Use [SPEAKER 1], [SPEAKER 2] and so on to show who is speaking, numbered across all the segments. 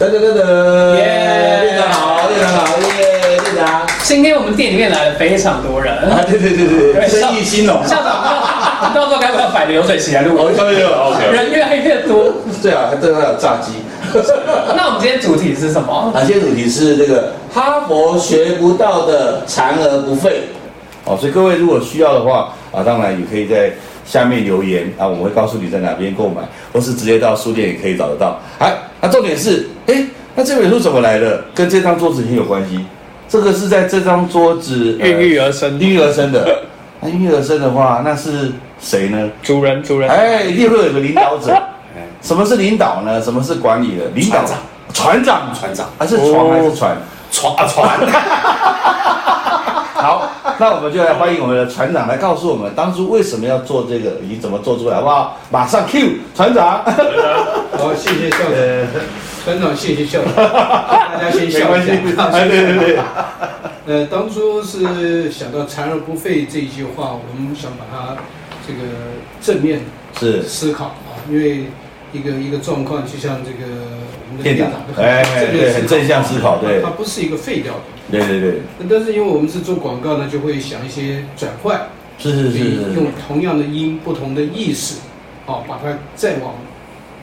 [SPEAKER 1] 噔噔噔噔，
[SPEAKER 2] 耶
[SPEAKER 1] 店长好，店长好，耶，店长。
[SPEAKER 3] 啊
[SPEAKER 2] 今天我们店里面来了非常多 人，
[SPEAKER 1] 啊，对对对对，
[SPEAKER 2] 对
[SPEAKER 1] 生意兴
[SPEAKER 3] 啊
[SPEAKER 1] 隆。
[SPEAKER 2] 校长，你到时候该不要摆流水席来录？
[SPEAKER 1] 哦，对对，OK。
[SPEAKER 2] 人越来越多。
[SPEAKER 1] 对啊，还真的还有 炸鸡。
[SPEAKER 2] 那我们今天主题是什么？
[SPEAKER 1] 啊，今天主题是这个哈佛学不到的残而不废。
[SPEAKER 3] 哦，所以各位如果需要的话啊，当然也可以在下面留言啊，我们会告诉你在哪边购买，或是直接到书店也可以找得到。哎、那重点是，哎，那这本书怎么来的？跟这张桌子很有关系。这个是在这张桌子呃
[SPEAKER 4] 孕育而生，
[SPEAKER 3] 孕育而生的。 那孕育而生的话，那是谁呢？
[SPEAKER 4] 主人主人，
[SPEAKER 3] 哎，一定会有个领导者。什么是领导呢？什么是管理的？领导
[SPEAKER 5] 船长，
[SPEAKER 3] 船长，
[SPEAKER 5] 船长
[SPEAKER 3] 还是床还是船？
[SPEAKER 5] 船啊船，
[SPEAKER 3] 好，那我们就来欢迎我们的船长来告诉我们当初为什么要做这个，以及怎么做出来，好不好？马上 Q 船长，
[SPEAKER 6] 好，谢谢校长，船长，谢谢校长，大家先笑一下。
[SPEAKER 3] 哎，对对对，
[SPEAKER 6] 呃，当初是想到“残而不废”这一句话，我们想把它这个正面
[SPEAKER 3] 是
[SPEAKER 6] 思考啊，因为一个一个状况，就像这个我们的
[SPEAKER 3] 店
[SPEAKER 6] 店
[SPEAKER 3] 长
[SPEAKER 6] 长，
[SPEAKER 3] 哎，
[SPEAKER 6] 正
[SPEAKER 3] 对，
[SPEAKER 6] 面思
[SPEAKER 3] 很
[SPEAKER 6] 考
[SPEAKER 3] 正向思考，对
[SPEAKER 6] 它，不是一个废掉的。
[SPEAKER 3] 对对对，
[SPEAKER 6] 但是因为我们是做广告呢，就会想一些转换，
[SPEAKER 3] 是是
[SPEAKER 6] 所以
[SPEAKER 3] 是是
[SPEAKER 6] 用，同样的音、不同的意思，哦，把它再往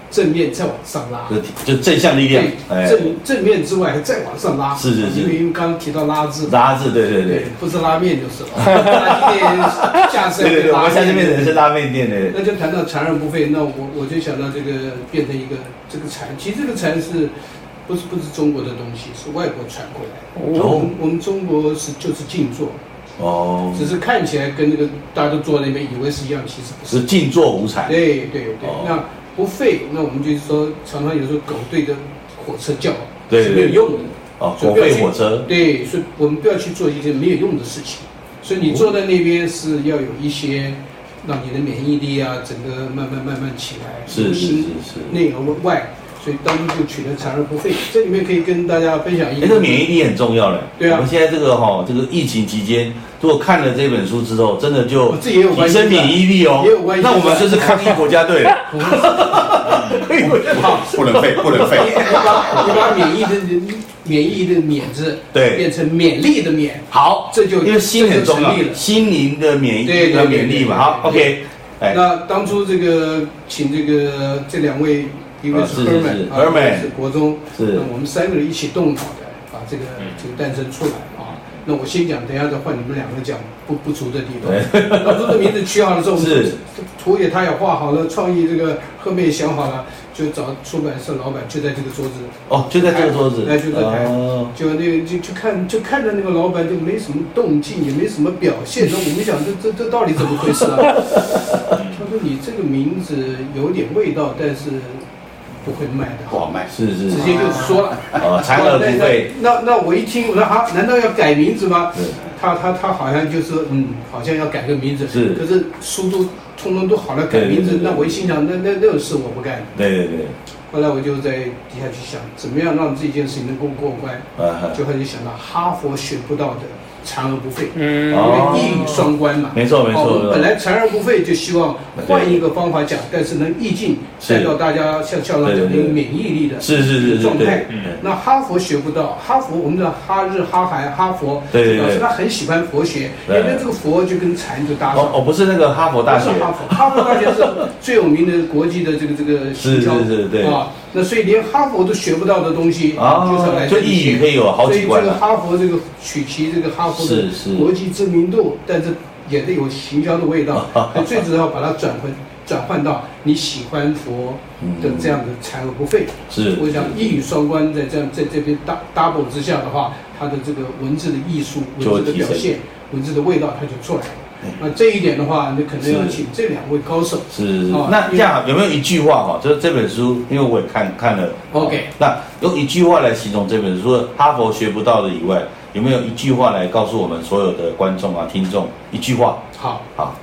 [SPEAKER 6] 正面再往上拉。
[SPEAKER 3] 就就正向力量，哎
[SPEAKER 6] 对，，正正面之外，还再往上拉，
[SPEAKER 3] 是是是
[SPEAKER 6] 因为因为刚刚提到拉字，
[SPEAKER 3] 拉字，对对
[SPEAKER 6] 对
[SPEAKER 3] 对，，
[SPEAKER 6] 不是拉面就是了。 那今天下次
[SPEAKER 3] 对
[SPEAKER 6] 要
[SPEAKER 3] 对对，
[SPEAKER 6] 拉
[SPEAKER 3] 我们
[SPEAKER 6] 面
[SPEAKER 3] 下次变成是拉面店的，
[SPEAKER 6] 那就谈到残而不废，那我我就想到这个变成一个这个残，其实这个残是不是不是中国的东西，是外国传过来的。我
[SPEAKER 3] 哦
[SPEAKER 6] 们我们中国是就是静坐，
[SPEAKER 3] 哦，
[SPEAKER 6] 只是看起来跟那个大家都坐在那边以为是一样，其实不是
[SPEAKER 3] 是。静坐无产，
[SPEAKER 6] 对对对
[SPEAKER 3] 哦，
[SPEAKER 6] 那不废，那我们就是说，常常有时候狗对着火车叫
[SPEAKER 3] 对
[SPEAKER 6] 是没有用的。
[SPEAKER 3] 哦，国费火车，
[SPEAKER 6] 对，所以我们不要去做一些没有用的事情。所以你坐在那边是要有一些让你的免疫力啊，整个慢慢慢慢起来，
[SPEAKER 3] 是是是
[SPEAKER 6] 心
[SPEAKER 3] 是，
[SPEAKER 6] 内而外，所以当初就取了残而不废。这里面可以跟大家分享一
[SPEAKER 3] 哎，这个免疫力很重要嘞。
[SPEAKER 6] 对啊
[SPEAKER 3] 我们现在这个哈，这个疫情期间，如果看了这本书之后，真的就
[SPEAKER 6] 我自己也有
[SPEAKER 3] 提
[SPEAKER 6] 关系
[SPEAKER 3] 升免疫力哦。
[SPEAKER 6] 也有关系
[SPEAKER 3] 那我们就是抗疫国家 队了。哎我觉得好
[SPEAKER 5] 不能废，不能废。
[SPEAKER 6] 你把你把免疫的免疫的免字
[SPEAKER 3] 对，
[SPEAKER 6] 变成勉励的勉，
[SPEAKER 3] 好，
[SPEAKER 6] 这就
[SPEAKER 3] 因为心很重
[SPEAKER 6] 这就成立
[SPEAKER 3] 要，
[SPEAKER 6] 了
[SPEAKER 3] 心灵的免疫
[SPEAKER 6] 对对
[SPEAKER 3] 要
[SPEAKER 6] 对
[SPEAKER 3] 免疫嘛。好
[SPEAKER 6] 对对
[SPEAKER 3] ，OK，哎，
[SPEAKER 6] 那当初这个请这个这两位，一位
[SPEAKER 3] 啊是
[SPEAKER 6] 是
[SPEAKER 3] 是
[SPEAKER 6] Herman，
[SPEAKER 3] 是
[SPEAKER 6] 啊一位
[SPEAKER 3] Herman
[SPEAKER 6] 是国中，
[SPEAKER 3] 是嗯
[SPEAKER 6] 那我们三个人一起动脑的把这个这个诞生出来啊。那我先讲，等一下再换你们两个讲不不足的地 方。当初的名字取好了之后，我们
[SPEAKER 3] 是
[SPEAKER 6] 图也他也画好了，创意这个后面也想好了，就找出版社老板就在这个桌子，
[SPEAKER 3] 哦，就在这个桌子，
[SPEAKER 6] 哎就在台
[SPEAKER 3] 哦
[SPEAKER 6] 就那个就就看就看着那个老板就没什么动静，也没什么表现。 那我们想这这这到底怎么回事啊？他说你这个名字有点味道，但是不会卖的
[SPEAKER 5] 不
[SPEAKER 6] 好，
[SPEAKER 5] 好卖，
[SPEAKER 3] 是是
[SPEAKER 6] 直
[SPEAKER 3] 是，
[SPEAKER 6] 接就说了。
[SPEAKER 3] 哦，残而不废，
[SPEAKER 6] 那那那我一听，我说啊，难道要改名字吗
[SPEAKER 3] 对？
[SPEAKER 6] 他他他好像就说，嗯，好像要改个名字。
[SPEAKER 3] 是
[SPEAKER 6] 可是书都通通都好了，改
[SPEAKER 3] 对对
[SPEAKER 6] 名字
[SPEAKER 3] 对，对
[SPEAKER 6] 那我一心想，那那那种事我不干。
[SPEAKER 3] 对对对，
[SPEAKER 6] 后来我就在底下去想，怎么样让这件事情能够过关。
[SPEAKER 3] 啊哈
[SPEAKER 6] 就开始想到哈佛学不到的残而不废，
[SPEAKER 4] 嗯，
[SPEAKER 6] 因
[SPEAKER 3] 哦
[SPEAKER 6] 为一语双关嘛。
[SPEAKER 3] 没错没错
[SPEAKER 6] 哦我
[SPEAKER 3] 没
[SPEAKER 6] 们
[SPEAKER 3] 错
[SPEAKER 6] 本来残而不废就希望换一个方法讲，但是能意境
[SPEAKER 3] 是
[SPEAKER 6] 带到大家像校长讲的
[SPEAKER 3] 对对对
[SPEAKER 6] 有免疫力的
[SPEAKER 3] 是是是是，
[SPEAKER 6] 状态
[SPEAKER 3] 对。嗯
[SPEAKER 6] 那哈佛学不到，哈佛我们的哈日哈韩哈佛，
[SPEAKER 3] 对对对
[SPEAKER 6] 表示他很喜欢佛学，因
[SPEAKER 3] 对
[SPEAKER 6] 为这个佛就跟禅就搭
[SPEAKER 3] 哦
[SPEAKER 6] 上了。
[SPEAKER 3] 哦，不是那个哈佛大学
[SPEAKER 6] 不，是哈佛，哈佛大学是最有名的国际的这个这 个
[SPEAKER 3] 是
[SPEAKER 6] 行销
[SPEAKER 3] 是是对
[SPEAKER 6] 啊，那所以连哈佛都学不到的东西，就是
[SPEAKER 3] 啊
[SPEAKER 6] 来，
[SPEAKER 3] 就
[SPEAKER 6] 这里
[SPEAKER 3] 一
[SPEAKER 6] 学
[SPEAKER 3] 语可以有好
[SPEAKER 6] 所
[SPEAKER 3] 几
[SPEAKER 6] 以
[SPEAKER 3] 关
[SPEAKER 6] 这个
[SPEAKER 3] 了。
[SPEAKER 6] 哈佛这个取其这个哈佛的
[SPEAKER 3] 是是
[SPEAKER 6] 国际知名度，但是也得有行销的 味道。最主要把它转换转换到你喜欢佛的这样的残而不废。
[SPEAKER 3] 是，
[SPEAKER 6] 我想一语双关，在这样在这边搭 double 之下的话，它的这个文字的艺术、
[SPEAKER 3] 就会
[SPEAKER 6] 文字的表
[SPEAKER 3] 提
[SPEAKER 6] 现、文字的味道，它就出来了。那这一点的话，你可能要
[SPEAKER 3] 是
[SPEAKER 6] 请这两位高手。
[SPEAKER 3] 是是是
[SPEAKER 6] 哦，
[SPEAKER 3] 那这
[SPEAKER 6] 因为
[SPEAKER 3] 样有没有一句话哈？就是这本书，因为我也看看了哦
[SPEAKER 6] OK
[SPEAKER 3] 那用一句话来形容这本书，除了哈佛学不到的以外，有没有一句话来告诉我们所有的观众啊、听众？一句话，
[SPEAKER 6] 好，
[SPEAKER 3] 好，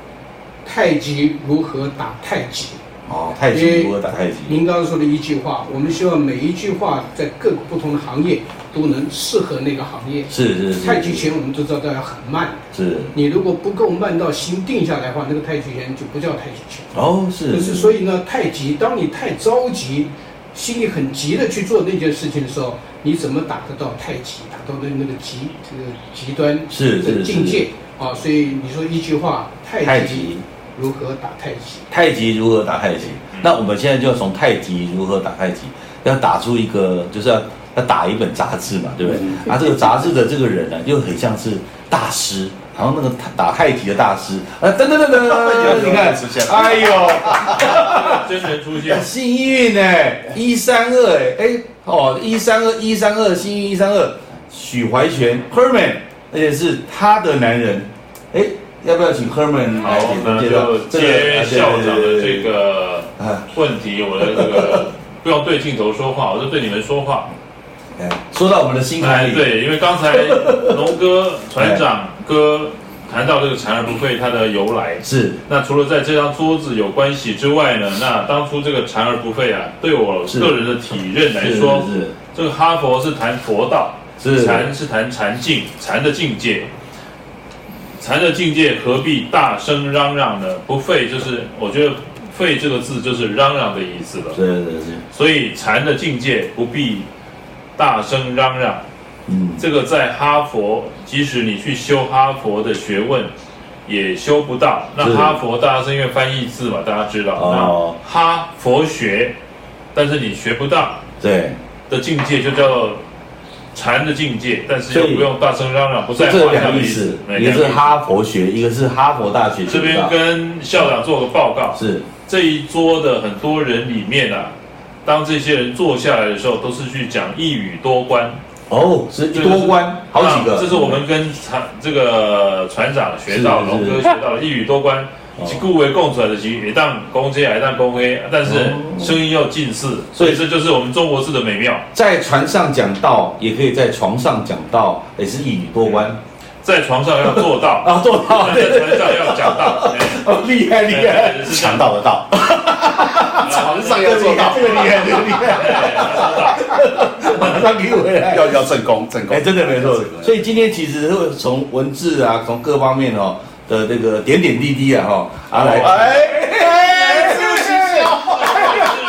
[SPEAKER 6] 太极如何打太极？
[SPEAKER 3] 哦，太极如何打太极？
[SPEAKER 6] 您刚刚说的一句话，我们希望每一句话在各个不同的行业都能适合那个行业。
[SPEAKER 3] 是是是，
[SPEAKER 6] 太极拳我们都知道要很慢，
[SPEAKER 3] 是
[SPEAKER 6] 你如果不够慢到心定下来的话，那个太极拳就不叫太极拳。
[SPEAKER 3] 哦，
[SPEAKER 6] 就是是所以呢，太极，当你太着急，心里很急的去做那件事情的时候，你怎么打得到太极，打到那那个极这个极端
[SPEAKER 3] 是是是
[SPEAKER 6] 的境界啊？所以你说一句话，
[SPEAKER 3] 太
[SPEAKER 6] 太极
[SPEAKER 3] 极，
[SPEAKER 6] 如何打太极？
[SPEAKER 3] 太极如何打太极？
[SPEAKER 4] 嗯
[SPEAKER 3] 那我们现在就要从太极如何打太极，要打出一个，就是要要打一本杂志嘛，对不对？
[SPEAKER 4] 嗯
[SPEAKER 3] 啊，这个杂志的这个人呢、又很像是大师，然后那个太打太极的大师，啊，噔噔噔 噔，你看，哎呦。
[SPEAKER 4] 真人出现
[SPEAKER 3] 很，幸运呢、一三二哎哎哦，一三二一三二，幸运一三二，许怀全 Herman，而且是他的男人，哎，要不要请 Herman
[SPEAKER 4] 好，
[SPEAKER 3] 来
[SPEAKER 4] 我们
[SPEAKER 3] 介
[SPEAKER 4] 就
[SPEAKER 3] 绍
[SPEAKER 4] 接校长的这个
[SPEAKER 3] 啊，
[SPEAKER 4] 问题，我的这个不要对镜头说话，我就对你们说话。
[SPEAKER 3] 哎说到我们的心坎
[SPEAKER 4] 哎，
[SPEAKER 3] 里，，
[SPEAKER 4] 对，因为刚才龙哥船长哥谈到这个缠而不废它的由来，
[SPEAKER 3] 是
[SPEAKER 4] 那除了在这张桌子有关系之外呢，那当初这个缠而不废啊，对我
[SPEAKER 3] 是
[SPEAKER 4] 个人的体认来
[SPEAKER 3] 是
[SPEAKER 4] 说，
[SPEAKER 3] 是
[SPEAKER 4] 这个哈佛是谈佛道，
[SPEAKER 3] 是
[SPEAKER 4] 禅是谈禅境，禅的境界。禅的境界何必大声嚷嚷呢？不废就是，我觉得“废”这个字就是嚷嚷的意思了。
[SPEAKER 3] 是是是，
[SPEAKER 4] 所以禅的境界不必大声嚷嚷。
[SPEAKER 3] 嗯，
[SPEAKER 4] 这个在哈佛，即使你去修哈佛的学问，也修不到。那
[SPEAKER 3] 是
[SPEAKER 4] 哈佛大家是因为翻译字嘛，大家知道。
[SPEAKER 3] 哦
[SPEAKER 4] 那哈佛学，但是你学不到
[SPEAKER 3] 对，
[SPEAKER 4] 的境界就叫禅的境界，但是
[SPEAKER 3] 所以
[SPEAKER 4] 又不用大声嚷嚷，不在
[SPEAKER 3] 这有
[SPEAKER 4] 话
[SPEAKER 3] 两
[SPEAKER 4] 下
[SPEAKER 3] 个
[SPEAKER 4] 的
[SPEAKER 3] 意
[SPEAKER 4] 思
[SPEAKER 3] 思，。
[SPEAKER 4] 哎
[SPEAKER 3] 一个
[SPEAKER 4] 两个
[SPEAKER 3] 是
[SPEAKER 4] 意思
[SPEAKER 3] 哈佛学，一个是哈佛大学
[SPEAKER 4] 这
[SPEAKER 3] 学
[SPEAKER 4] 边
[SPEAKER 3] 到，
[SPEAKER 4] 跟校长做个报告，
[SPEAKER 3] 是
[SPEAKER 4] 这一桌的很多人里面啊，当这些人坐下来的时候，都是去讲一语多关，
[SPEAKER 3] 哦，是一多关好几个，
[SPEAKER 4] 啊那这是我们跟船这个船长学到，
[SPEAKER 3] 是是
[SPEAKER 4] 龙哥学到的一语多关
[SPEAKER 3] 哦。
[SPEAKER 4] 是故为共存的，其也当公鸡，也当公黑，但是
[SPEAKER 3] 哦
[SPEAKER 4] 声音要近似，所以这就是我们中国式的美妙。
[SPEAKER 3] 在船上讲道，也可以在床上讲道，也是一语多关
[SPEAKER 4] 在床上要做 到，
[SPEAKER 3] 啊，做到
[SPEAKER 4] 在船上要讲到，
[SPEAKER 3] 哦，厉害厉害，
[SPEAKER 4] 是
[SPEAKER 5] 想到得到，
[SPEAKER 4] 床
[SPEAKER 3] 这个厉害，这个厉害，这个厉害，马上给我回来。
[SPEAKER 5] 要要正宫正宫，
[SPEAKER 3] 哎，真的没错。所
[SPEAKER 5] 以
[SPEAKER 3] 以今天其实会从文字啊，从各方面哦的这个点点滴滴啊，哈，啊
[SPEAKER 4] 哦
[SPEAKER 3] 来，
[SPEAKER 5] 哎，是不是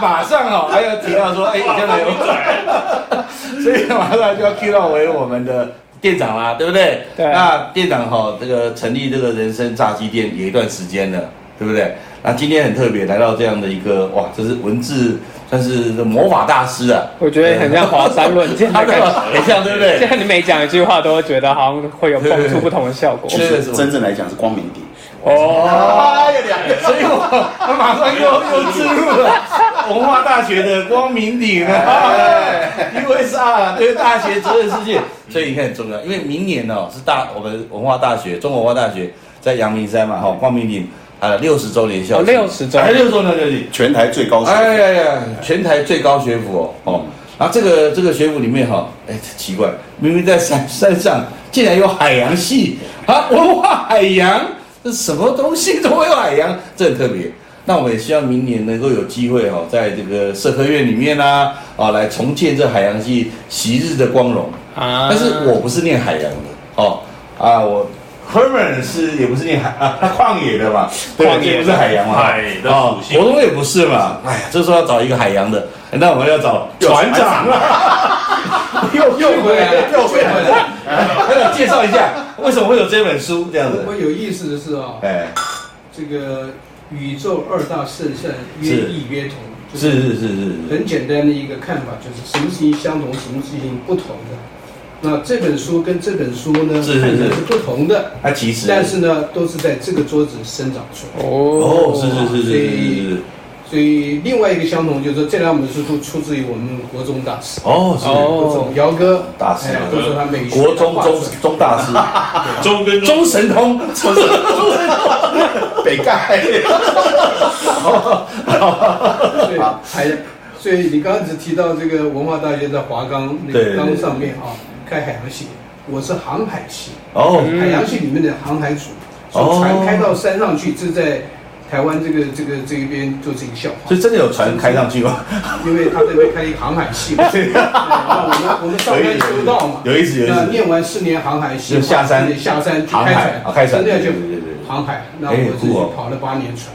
[SPEAKER 3] 马上哦，还要提到说，哎，将来有，所以马上就要 Q 到为我们的。店长啦，对不对？
[SPEAKER 2] 对
[SPEAKER 3] 那店长哈、这个成立这个人生炸鸡店也一段时间了，对不对？那今天很特别，来到这样的一个哇，这是文字算是魔法大师啊，
[SPEAKER 2] 我觉得很像华 山论剑
[SPEAKER 3] 他
[SPEAKER 2] 的
[SPEAKER 3] 这
[SPEAKER 2] 感
[SPEAKER 3] 个
[SPEAKER 2] 觉。
[SPEAKER 3] 很像，对不
[SPEAKER 2] 现
[SPEAKER 3] 对？
[SPEAKER 2] 在你每讲一句话，都会觉得好像会有蹦出不同的效果。
[SPEAKER 3] 对
[SPEAKER 5] 其实真正来讲是光明顶，
[SPEAKER 2] 哦，
[SPEAKER 5] 哎呀，两个
[SPEAKER 3] 所以我我马上又又置入了文化啊大学的光明顶啊，因为是啊，对大学责任世界，所以你看很重要，因为明年哦是大我们文化大学中国文化大学在阳明山嘛，哈、光明顶它的六十周年校
[SPEAKER 2] 哦
[SPEAKER 3] 庆，
[SPEAKER 2] 60周年
[SPEAKER 3] 哎六十周年校庆，
[SPEAKER 5] 全台最高手，
[SPEAKER 3] 哎呀呀，全台最高学府哦哦，然后这个这个学府里面哈、哎奇怪，明明在山山上，竟然有海洋系啊，文化海洋，这什么东西都会有海洋，这很特别。那我们也希望明年能够有机会哦，在这个社科院里面啦、啊，来重建这海洋系昔日的光荣。
[SPEAKER 2] 啊
[SPEAKER 3] 但是我不是念海洋的哦，啊我 Herman 是也不是念海啊，他旷野的嘛，对吧
[SPEAKER 4] 旷野啊
[SPEAKER 3] 这不是海洋嘛，
[SPEAKER 4] 海的属性
[SPEAKER 3] 哦国中也不是嘛，哎呀，这时候要找一个海洋的，那我们要找船长了，又
[SPEAKER 6] 又回来了，
[SPEAKER 3] 又
[SPEAKER 6] 又
[SPEAKER 3] 回
[SPEAKER 6] 回
[SPEAKER 3] 来
[SPEAKER 6] 来
[SPEAKER 3] 了，
[SPEAKER 6] 了。
[SPEAKER 3] 还要介绍一下为什么会有这本书这样子
[SPEAKER 6] 我，有意思的是啊、
[SPEAKER 3] 哎，
[SPEAKER 6] 这个宇宙二大圣圣约
[SPEAKER 3] 是
[SPEAKER 6] 异约同，就是
[SPEAKER 3] 是是是是，
[SPEAKER 6] 很简单的一个看法，就是什么事情相同，什么事情不同的。那这本书跟这本书呢，
[SPEAKER 3] 是是
[SPEAKER 6] 看起来
[SPEAKER 3] 是
[SPEAKER 6] 是不同的，
[SPEAKER 3] 它啊其实
[SPEAKER 6] 但是呢，都是在这个桌子生长出来。
[SPEAKER 3] 哦
[SPEAKER 2] 哦
[SPEAKER 3] 是是是是是是是，
[SPEAKER 6] 所以另外一个相同就是说，这两本书都出自于我们国中大师，
[SPEAKER 3] 哦是。
[SPEAKER 2] 哦
[SPEAKER 6] 国中姚哥
[SPEAKER 3] 大师
[SPEAKER 6] 哎都是他美学
[SPEAKER 3] 国中
[SPEAKER 6] 画
[SPEAKER 3] 中
[SPEAKER 6] 出来的
[SPEAKER 3] 中大师，
[SPEAKER 4] 中跟中
[SPEAKER 3] 中神通，中神通，
[SPEAKER 5] 北盖，
[SPEAKER 6] 对，还有，所以你刚刚只提到这个文化大学在华冈那
[SPEAKER 3] 对对
[SPEAKER 6] 个
[SPEAKER 3] 对
[SPEAKER 6] 冈上面啊，开海洋系，我是航海系，
[SPEAKER 3] 哦，
[SPEAKER 2] 嗯
[SPEAKER 6] 海洋系里面的航海组，
[SPEAKER 3] 哦
[SPEAKER 6] 从船开到山上去，这在台湾这个这个这一边就是一个笑
[SPEAKER 3] 所
[SPEAKER 6] 话
[SPEAKER 3] 以，真的有船开上去吗？
[SPEAKER 6] 因为他这边开一个航海系 嘛，对那我们我们上班修道嘛，
[SPEAKER 3] 有意思有意
[SPEAKER 6] 那
[SPEAKER 3] 思。
[SPEAKER 6] 念完四年航海系
[SPEAKER 3] 就，下山
[SPEAKER 6] 对下山去
[SPEAKER 3] 航
[SPEAKER 6] 开
[SPEAKER 3] 海
[SPEAKER 6] 船
[SPEAKER 3] 啊，，开船，
[SPEAKER 6] 真的
[SPEAKER 3] 对
[SPEAKER 6] 就
[SPEAKER 3] 对对对
[SPEAKER 6] 航海，那
[SPEAKER 3] 哎
[SPEAKER 6] 我自己
[SPEAKER 3] 酷哦
[SPEAKER 6] 跑了八年船。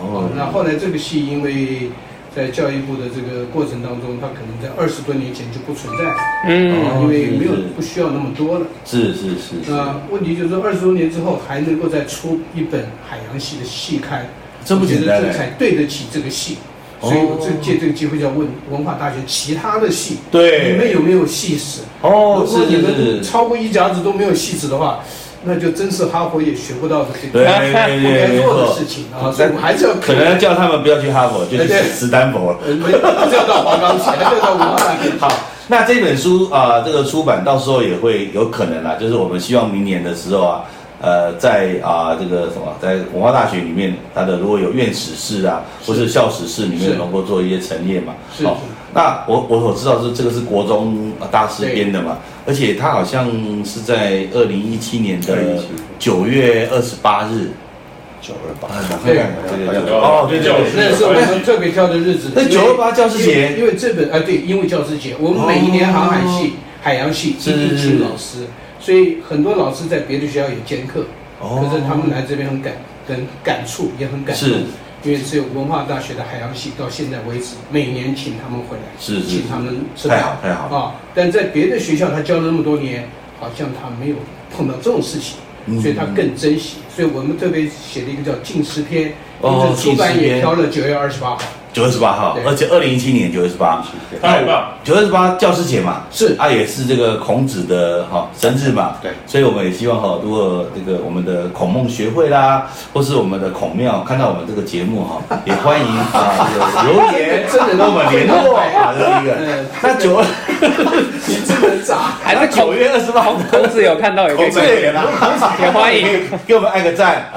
[SPEAKER 3] 哦，
[SPEAKER 6] 那后来这个戏因为在教育部的这个过程当中，它可能在二十多年前就不存在了，啊
[SPEAKER 2] 嗯，
[SPEAKER 3] 哦
[SPEAKER 6] 因为没有
[SPEAKER 3] 是是
[SPEAKER 6] 不需要那么多了。
[SPEAKER 3] 是是是是，
[SPEAKER 6] 那问题就是二十多年之后还能够再出一本海洋系的系刊，
[SPEAKER 3] 这不简
[SPEAKER 6] 我
[SPEAKER 3] 单欸哦
[SPEAKER 6] 觉得这
[SPEAKER 3] 嘞。
[SPEAKER 6] 才对得起这个系。所以我这借这个机会要问文化大学其他的系，你们
[SPEAKER 3] 对，
[SPEAKER 6] 有没有系史？
[SPEAKER 3] 哦，
[SPEAKER 6] 如果
[SPEAKER 3] 是
[SPEAKER 6] 你
[SPEAKER 3] 是
[SPEAKER 6] 们
[SPEAKER 3] 是，
[SPEAKER 6] 超过一甲子都没有系史的话，那就真是哈佛也学不到的这
[SPEAKER 3] 对
[SPEAKER 6] 个
[SPEAKER 3] 对对
[SPEAKER 6] 应
[SPEAKER 3] 对，
[SPEAKER 6] 该
[SPEAKER 3] 没
[SPEAKER 6] 做的
[SPEAKER 3] 错嗯
[SPEAKER 6] 事。情啊。所以我们还是要
[SPEAKER 3] 可
[SPEAKER 6] 肯
[SPEAKER 3] 能要叫他们不要去哈佛，就啊去斯坦福了。
[SPEAKER 6] 我们不要到黄冈去，还是要到文化大学。
[SPEAKER 3] 好，那这本书啊、这个出版到时候也会有可能啦，就是我们希望明年的时候啊，呃，在啊、这个什么，在文化大学里面，它的如果有院史室啊，或是校史室里
[SPEAKER 6] 是
[SPEAKER 3] 面能够做一些陈列嘛。
[SPEAKER 6] 是
[SPEAKER 3] 好那我我所知道是这个是国中大师
[SPEAKER 6] 对
[SPEAKER 3] 编的嘛，而且他好像是在二零一七年的
[SPEAKER 5] 2017
[SPEAKER 3] 九月二十八日，
[SPEAKER 5] 九二八，
[SPEAKER 6] 对
[SPEAKER 5] 好像
[SPEAKER 3] 哦对对对
[SPEAKER 6] 那是我们特别挑的日子。
[SPEAKER 3] 那
[SPEAKER 6] 因为
[SPEAKER 3] 928教师节
[SPEAKER 6] 因为因为这本啊，对，因为教师节，我们每一年航海系、海洋系
[SPEAKER 3] 哦是
[SPEAKER 6] 一定请老师，所以很多老师在别的学校也兼课，可是他们来这边很感很感触，也很感动
[SPEAKER 3] 是，
[SPEAKER 6] 因为只有文化大学的海洋系到现在为止，每年请他们回来，
[SPEAKER 3] 是是
[SPEAKER 6] 请他们吃
[SPEAKER 3] 太好
[SPEAKER 6] 饭
[SPEAKER 3] 太好了，
[SPEAKER 6] 啊。但在别的学校，他教了那么多年，好像他没有碰到这种事情。
[SPEAKER 3] 嗯
[SPEAKER 6] 所以他更珍惜，所以我们特别写了一个叫《近诗篇》，
[SPEAKER 3] 哦
[SPEAKER 6] 因为出版
[SPEAKER 3] 近诗篇
[SPEAKER 6] 也挑了九月二十八号，
[SPEAKER 3] 九月十八号
[SPEAKER 6] 对，
[SPEAKER 3] 而且二零一七年九月十八，
[SPEAKER 4] 太棒！
[SPEAKER 3] 九月十八教师节嘛，
[SPEAKER 6] 是，
[SPEAKER 3] 啊，也是这个孔子的哈生日嘛，
[SPEAKER 5] 对
[SPEAKER 3] 所以我们也希望哈，如果这个我们的孔孟学会啦，或是我们的孔庙看到我们这个节目哈，也欢迎啊这个留言
[SPEAKER 6] 真的
[SPEAKER 3] 跟我们联络 啊，这一个。
[SPEAKER 6] 嗯，
[SPEAKER 3] 那九
[SPEAKER 6] 你真的渣，
[SPEAKER 2] 还是
[SPEAKER 3] 九
[SPEAKER 2] 孔
[SPEAKER 3] 月二十八号，
[SPEAKER 2] 孔子有看到也可以
[SPEAKER 3] 孔子也啦，
[SPEAKER 2] 也欢迎。
[SPEAKER 3] 给我们按个赞，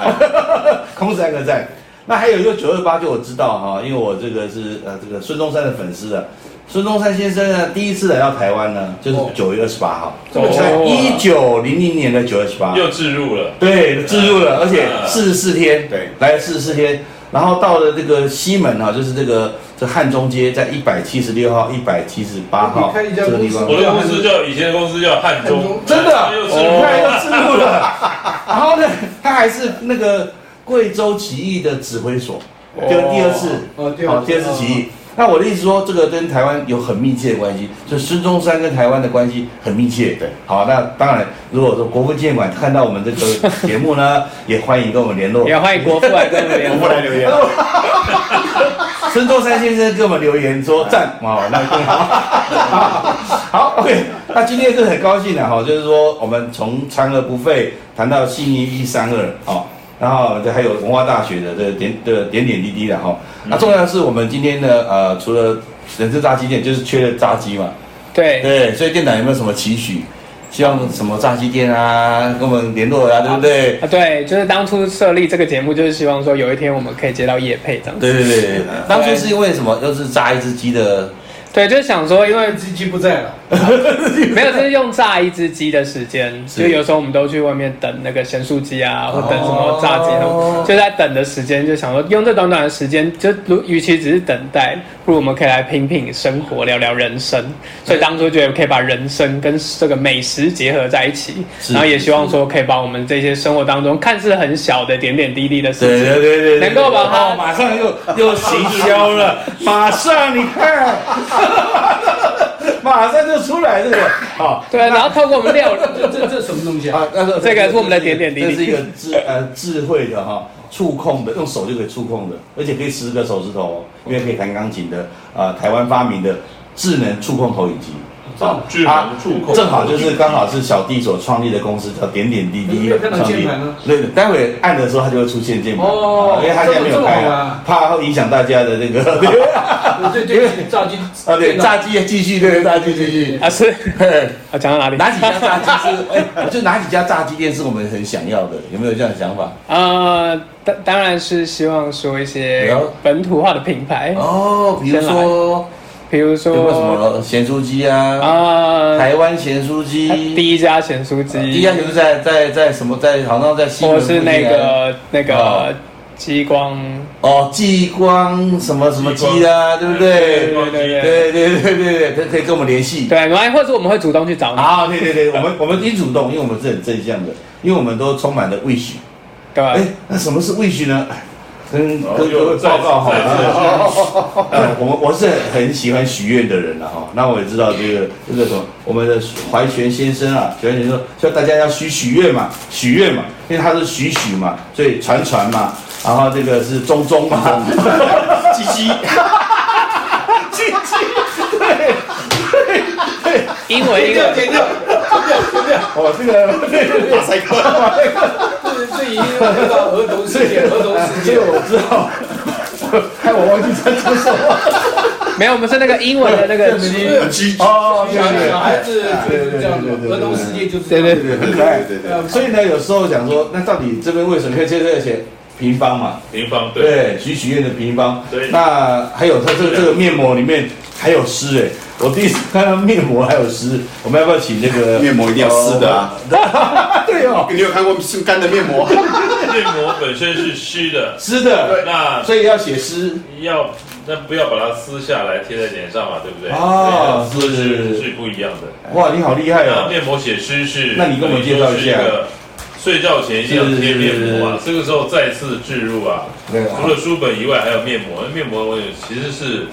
[SPEAKER 3] 孔子按个赞。那还有一个九二八，就我知道哈，因为我这个是呃这个孙中山的粉丝啊。孙中山先生呢，第一次来到台湾呢，就是
[SPEAKER 6] 哦
[SPEAKER 3] 九月二十八号，
[SPEAKER 6] 这么啊
[SPEAKER 3] 在
[SPEAKER 2] 哦
[SPEAKER 3] 一九零零年的九月二十八，
[SPEAKER 4] 又置入了，
[SPEAKER 3] 对，自入
[SPEAKER 6] 啊
[SPEAKER 3] 了，而且
[SPEAKER 4] 嗯
[SPEAKER 3] 四十四天，
[SPEAKER 5] 对
[SPEAKER 3] 来了四十四天，然后到了这个西门啊，就是这个这汉中街，在一百七十六号、一百七十八号
[SPEAKER 6] 你开一家
[SPEAKER 3] 这个地方
[SPEAKER 6] 公司
[SPEAKER 4] 我的公司叫以前的公司叫汉
[SPEAKER 6] 汉
[SPEAKER 4] 中
[SPEAKER 6] 中，
[SPEAKER 3] 真的
[SPEAKER 4] 又置入
[SPEAKER 3] 你看
[SPEAKER 4] 了，
[SPEAKER 3] 又自入了。然后呢，他还是那个贵州起义的指挥所，就第二次，
[SPEAKER 6] 哦，对，
[SPEAKER 3] 好，第二次起义。那我的意思说，这个跟台湾有很密切的关系，就孙中山跟台湾的关系很密切。
[SPEAKER 5] 对，
[SPEAKER 3] 好，那当然，如果说国父纪念馆看到我们这个节目呢， 也欢迎跟我们联络。
[SPEAKER 2] 也欢迎国父来跟我们
[SPEAKER 5] 我
[SPEAKER 2] 联
[SPEAKER 5] 们
[SPEAKER 2] 络。
[SPEAKER 5] 来留言，
[SPEAKER 3] 孙中山先生给我们留言说 赞，哦，那更好。好，OK，那今天是很高兴的哈，就是说我们从嫦娥不废谈到悉尼一三二哦，然后这还有文化大学的这个点的点点滴滴的哈。那重要的是我们今天的呃，除了人字炸鸡店，就是缺了炸鸡嘛，
[SPEAKER 2] 对，
[SPEAKER 3] 对，所以店长有没有什么期许？希望什么炸鸡店啊，跟我们联络啊，对不对？
[SPEAKER 2] 啊，对，就是当初设立这个节目，就是希望说有一天我们可以接到叶配这样子。
[SPEAKER 3] 对对对对，当初是因为什么？又是炸一只鸡的
[SPEAKER 2] 对，就是想说，因为
[SPEAKER 6] 二鸡鸡不在了，
[SPEAKER 2] 没有，就是用炸一只鸡的时间，
[SPEAKER 3] 是
[SPEAKER 2] 就有时候我们都去外面等那个咸酥鸡啊，或等什
[SPEAKER 3] 哦
[SPEAKER 2] 么炸鸡那种，就在等的时间，就想说用这短短的时间，就如与其只是等待，不如我们可以来品品生活，聊聊人生。所以当初觉得可以把人生跟这个美食结合在一起，
[SPEAKER 3] 是
[SPEAKER 2] 然后也希望说可以把我们这些生活当中看似很小的点点滴滴的事
[SPEAKER 3] 对
[SPEAKER 2] 情，
[SPEAKER 3] 对对对，
[SPEAKER 2] 能够把它
[SPEAKER 3] 哦马上又又行销了，马上你看， 马上就出来这个好。
[SPEAKER 2] 对，然后透过我 们料理，
[SPEAKER 6] 这这这什么东西啊？
[SPEAKER 3] 啊，那个
[SPEAKER 2] 这个是我们的点点滴滴
[SPEAKER 3] 这是一个智呃智慧的哈、触控的，用手就可以触控的，而且可以十个手指头哦，因为可以弹钢琴的啊、呃台湾发明的智能触控投影机。好
[SPEAKER 4] 智能触控
[SPEAKER 3] 正好就是刚好是小弟所创立的公司叫点点滴滴
[SPEAKER 6] 你有看到
[SPEAKER 3] 创立
[SPEAKER 6] 键盘吗。
[SPEAKER 3] 对，待会按的时候它就会出现键盘，
[SPEAKER 6] 哦
[SPEAKER 3] 因为它现在没有开
[SPEAKER 6] 这么重
[SPEAKER 3] 啊
[SPEAKER 6] 啊，
[SPEAKER 3] 怕会影响大家的那 个
[SPEAKER 6] 对对对，炸鸡
[SPEAKER 3] 啊， 对，炸鸡继续，对，炸鸡继续。
[SPEAKER 2] 啊是
[SPEAKER 3] 嘿
[SPEAKER 2] 啊讲到 哪里？
[SPEAKER 3] 哪几家炸鸡是？哎，就哪几家炸鸡店是我们很想要的？有没有这样的想法？
[SPEAKER 2] 呃，当当然是希望说一些
[SPEAKER 3] 聊
[SPEAKER 2] 本土化的品牌，
[SPEAKER 3] 哦，比如说
[SPEAKER 2] 比如
[SPEAKER 3] 有
[SPEAKER 2] 说
[SPEAKER 3] 没有什么咸酥鸡啊？
[SPEAKER 2] 啊，
[SPEAKER 3] 台湾咸酥鸡，
[SPEAKER 2] 第一家咸酥鸡，
[SPEAKER 3] 第一家就是在在在什么在好像在西
[SPEAKER 2] 或
[SPEAKER 3] 门
[SPEAKER 2] 是
[SPEAKER 3] 附近
[SPEAKER 2] 那
[SPEAKER 3] 啊
[SPEAKER 2] 个那
[SPEAKER 3] 哦
[SPEAKER 2] 个激光，
[SPEAKER 3] 哦，激光什么什么鸡啊，对不对？
[SPEAKER 2] 对
[SPEAKER 4] 对对
[SPEAKER 3] 对对对对对，可以可以跟我们联系。
[SPEAKER 2] 对，然后或者我们会主动去找你，
[SPEAKER 3] 啊，对对对，我们我们一主动，因为我们是很正向的，因为我们都充满了 wish。
[SPEAKER 2] 对吧
[SPEAKER 3] 哎？，那什么是 wish 呢？哎跟
[SPEAKER 4] 哦
[SPEAKER 3] 跟各
[SPEAKER 4] 又
[SPEAKER 3] 位报告好
[SPEAKER 4] 再次再次
[SPEAKER 3] 了。呃，我我是很喜欢许愿的人了哈。那我也知道这个这个什么，我们的怀玄先生啊，怀玄先生说，所以大家要许许愿嘛，许愿嘛，因为他是许许嘛，所以传传嘛，然后这个是中中嘛，
[SPEAKER 5] 鸡鸡，
[SPEAKER 2] 因为一个
[SPEAKER 6] 剪掉，
[SPEAKER 3] 哦，这个这个
[SPEAKER 5] 大塞哥，
[SPEAKER 6] 这这已经回到儿童世界，儿童世
[SPEAKER 3] 这
[SPEAKER 6] 界
[SPEAKER 3] 个。我知道，害我忘记在做什么。
[SPEAKER 2] 没有，我们是那个英文的 那个 G，
[SPEAKER 5] 鸡鸡，
[SPEAKER 3] 哦，对对
[SPEAKER 6] 小孩子就是这样的，
[SPEAKER 3] 对对对对对对
[SPEAKER 6] 儿童世界就是这
[SPEAKER 2] 对
[SPEAKER 6] 样。
[SPEAKER 2] 对
[SPEAKER 3] 对，很可爱。
[SPEAKER 5] 对对
[SPEAKER 6] 呃
[SPEAKER 5] 对，
[SPEAKER 3] 所以呢，有时候想说，那到底这边为什么要这个写平方嘛？
[SPEAKER 4] 平方对，
[SPEAKER 3] 对，许许愿的平方。
[SPEAKER 4] 对
[SPEAKER 3] 那还有它这个这个面膜里面还有诗哎，我第一次看到面膜还有诗，我们要不要请那个
[SPEAKER 5] 面膜一定要撕的啊！
[SPEAKER 3] 啊？ 对哦，
[SPEAKER 5] 你有看过性干的面膜？
[SPEAKER 4] 面膜本身是湿的，
[SPEAKER 3] 湿的，
[SPEAKER 4] 那
[SPEAKER 3] 所以要写诗。
[SPEAKER 4] 要那不要把它撕下来贴在脸上嘛，对不对？
[SPEAKER 3] 哦
[SPEAKER 4] 对
[SPEAKER 3] 是
[SPEAKER 4] 是是不一样的。
[SPEAKER 3] 哇，你好厉害
[SPEAKER 4] 那
[SPEAKER 3] 哦！
[SPEAKER 4] 面膜写诗是，
[SPEAKER 3] 那你跟我们介绍一下
[SPEAKER 4] 就是个睡觉前一定要贴面膜啊，
[SPEAKER 3] 是
[SPEAKER 4] 这个时候再次置入啊。
[SPEAKER 3] 对
[SPEAKER 4] 除了书本以外，还有面膜。面膜我也其实是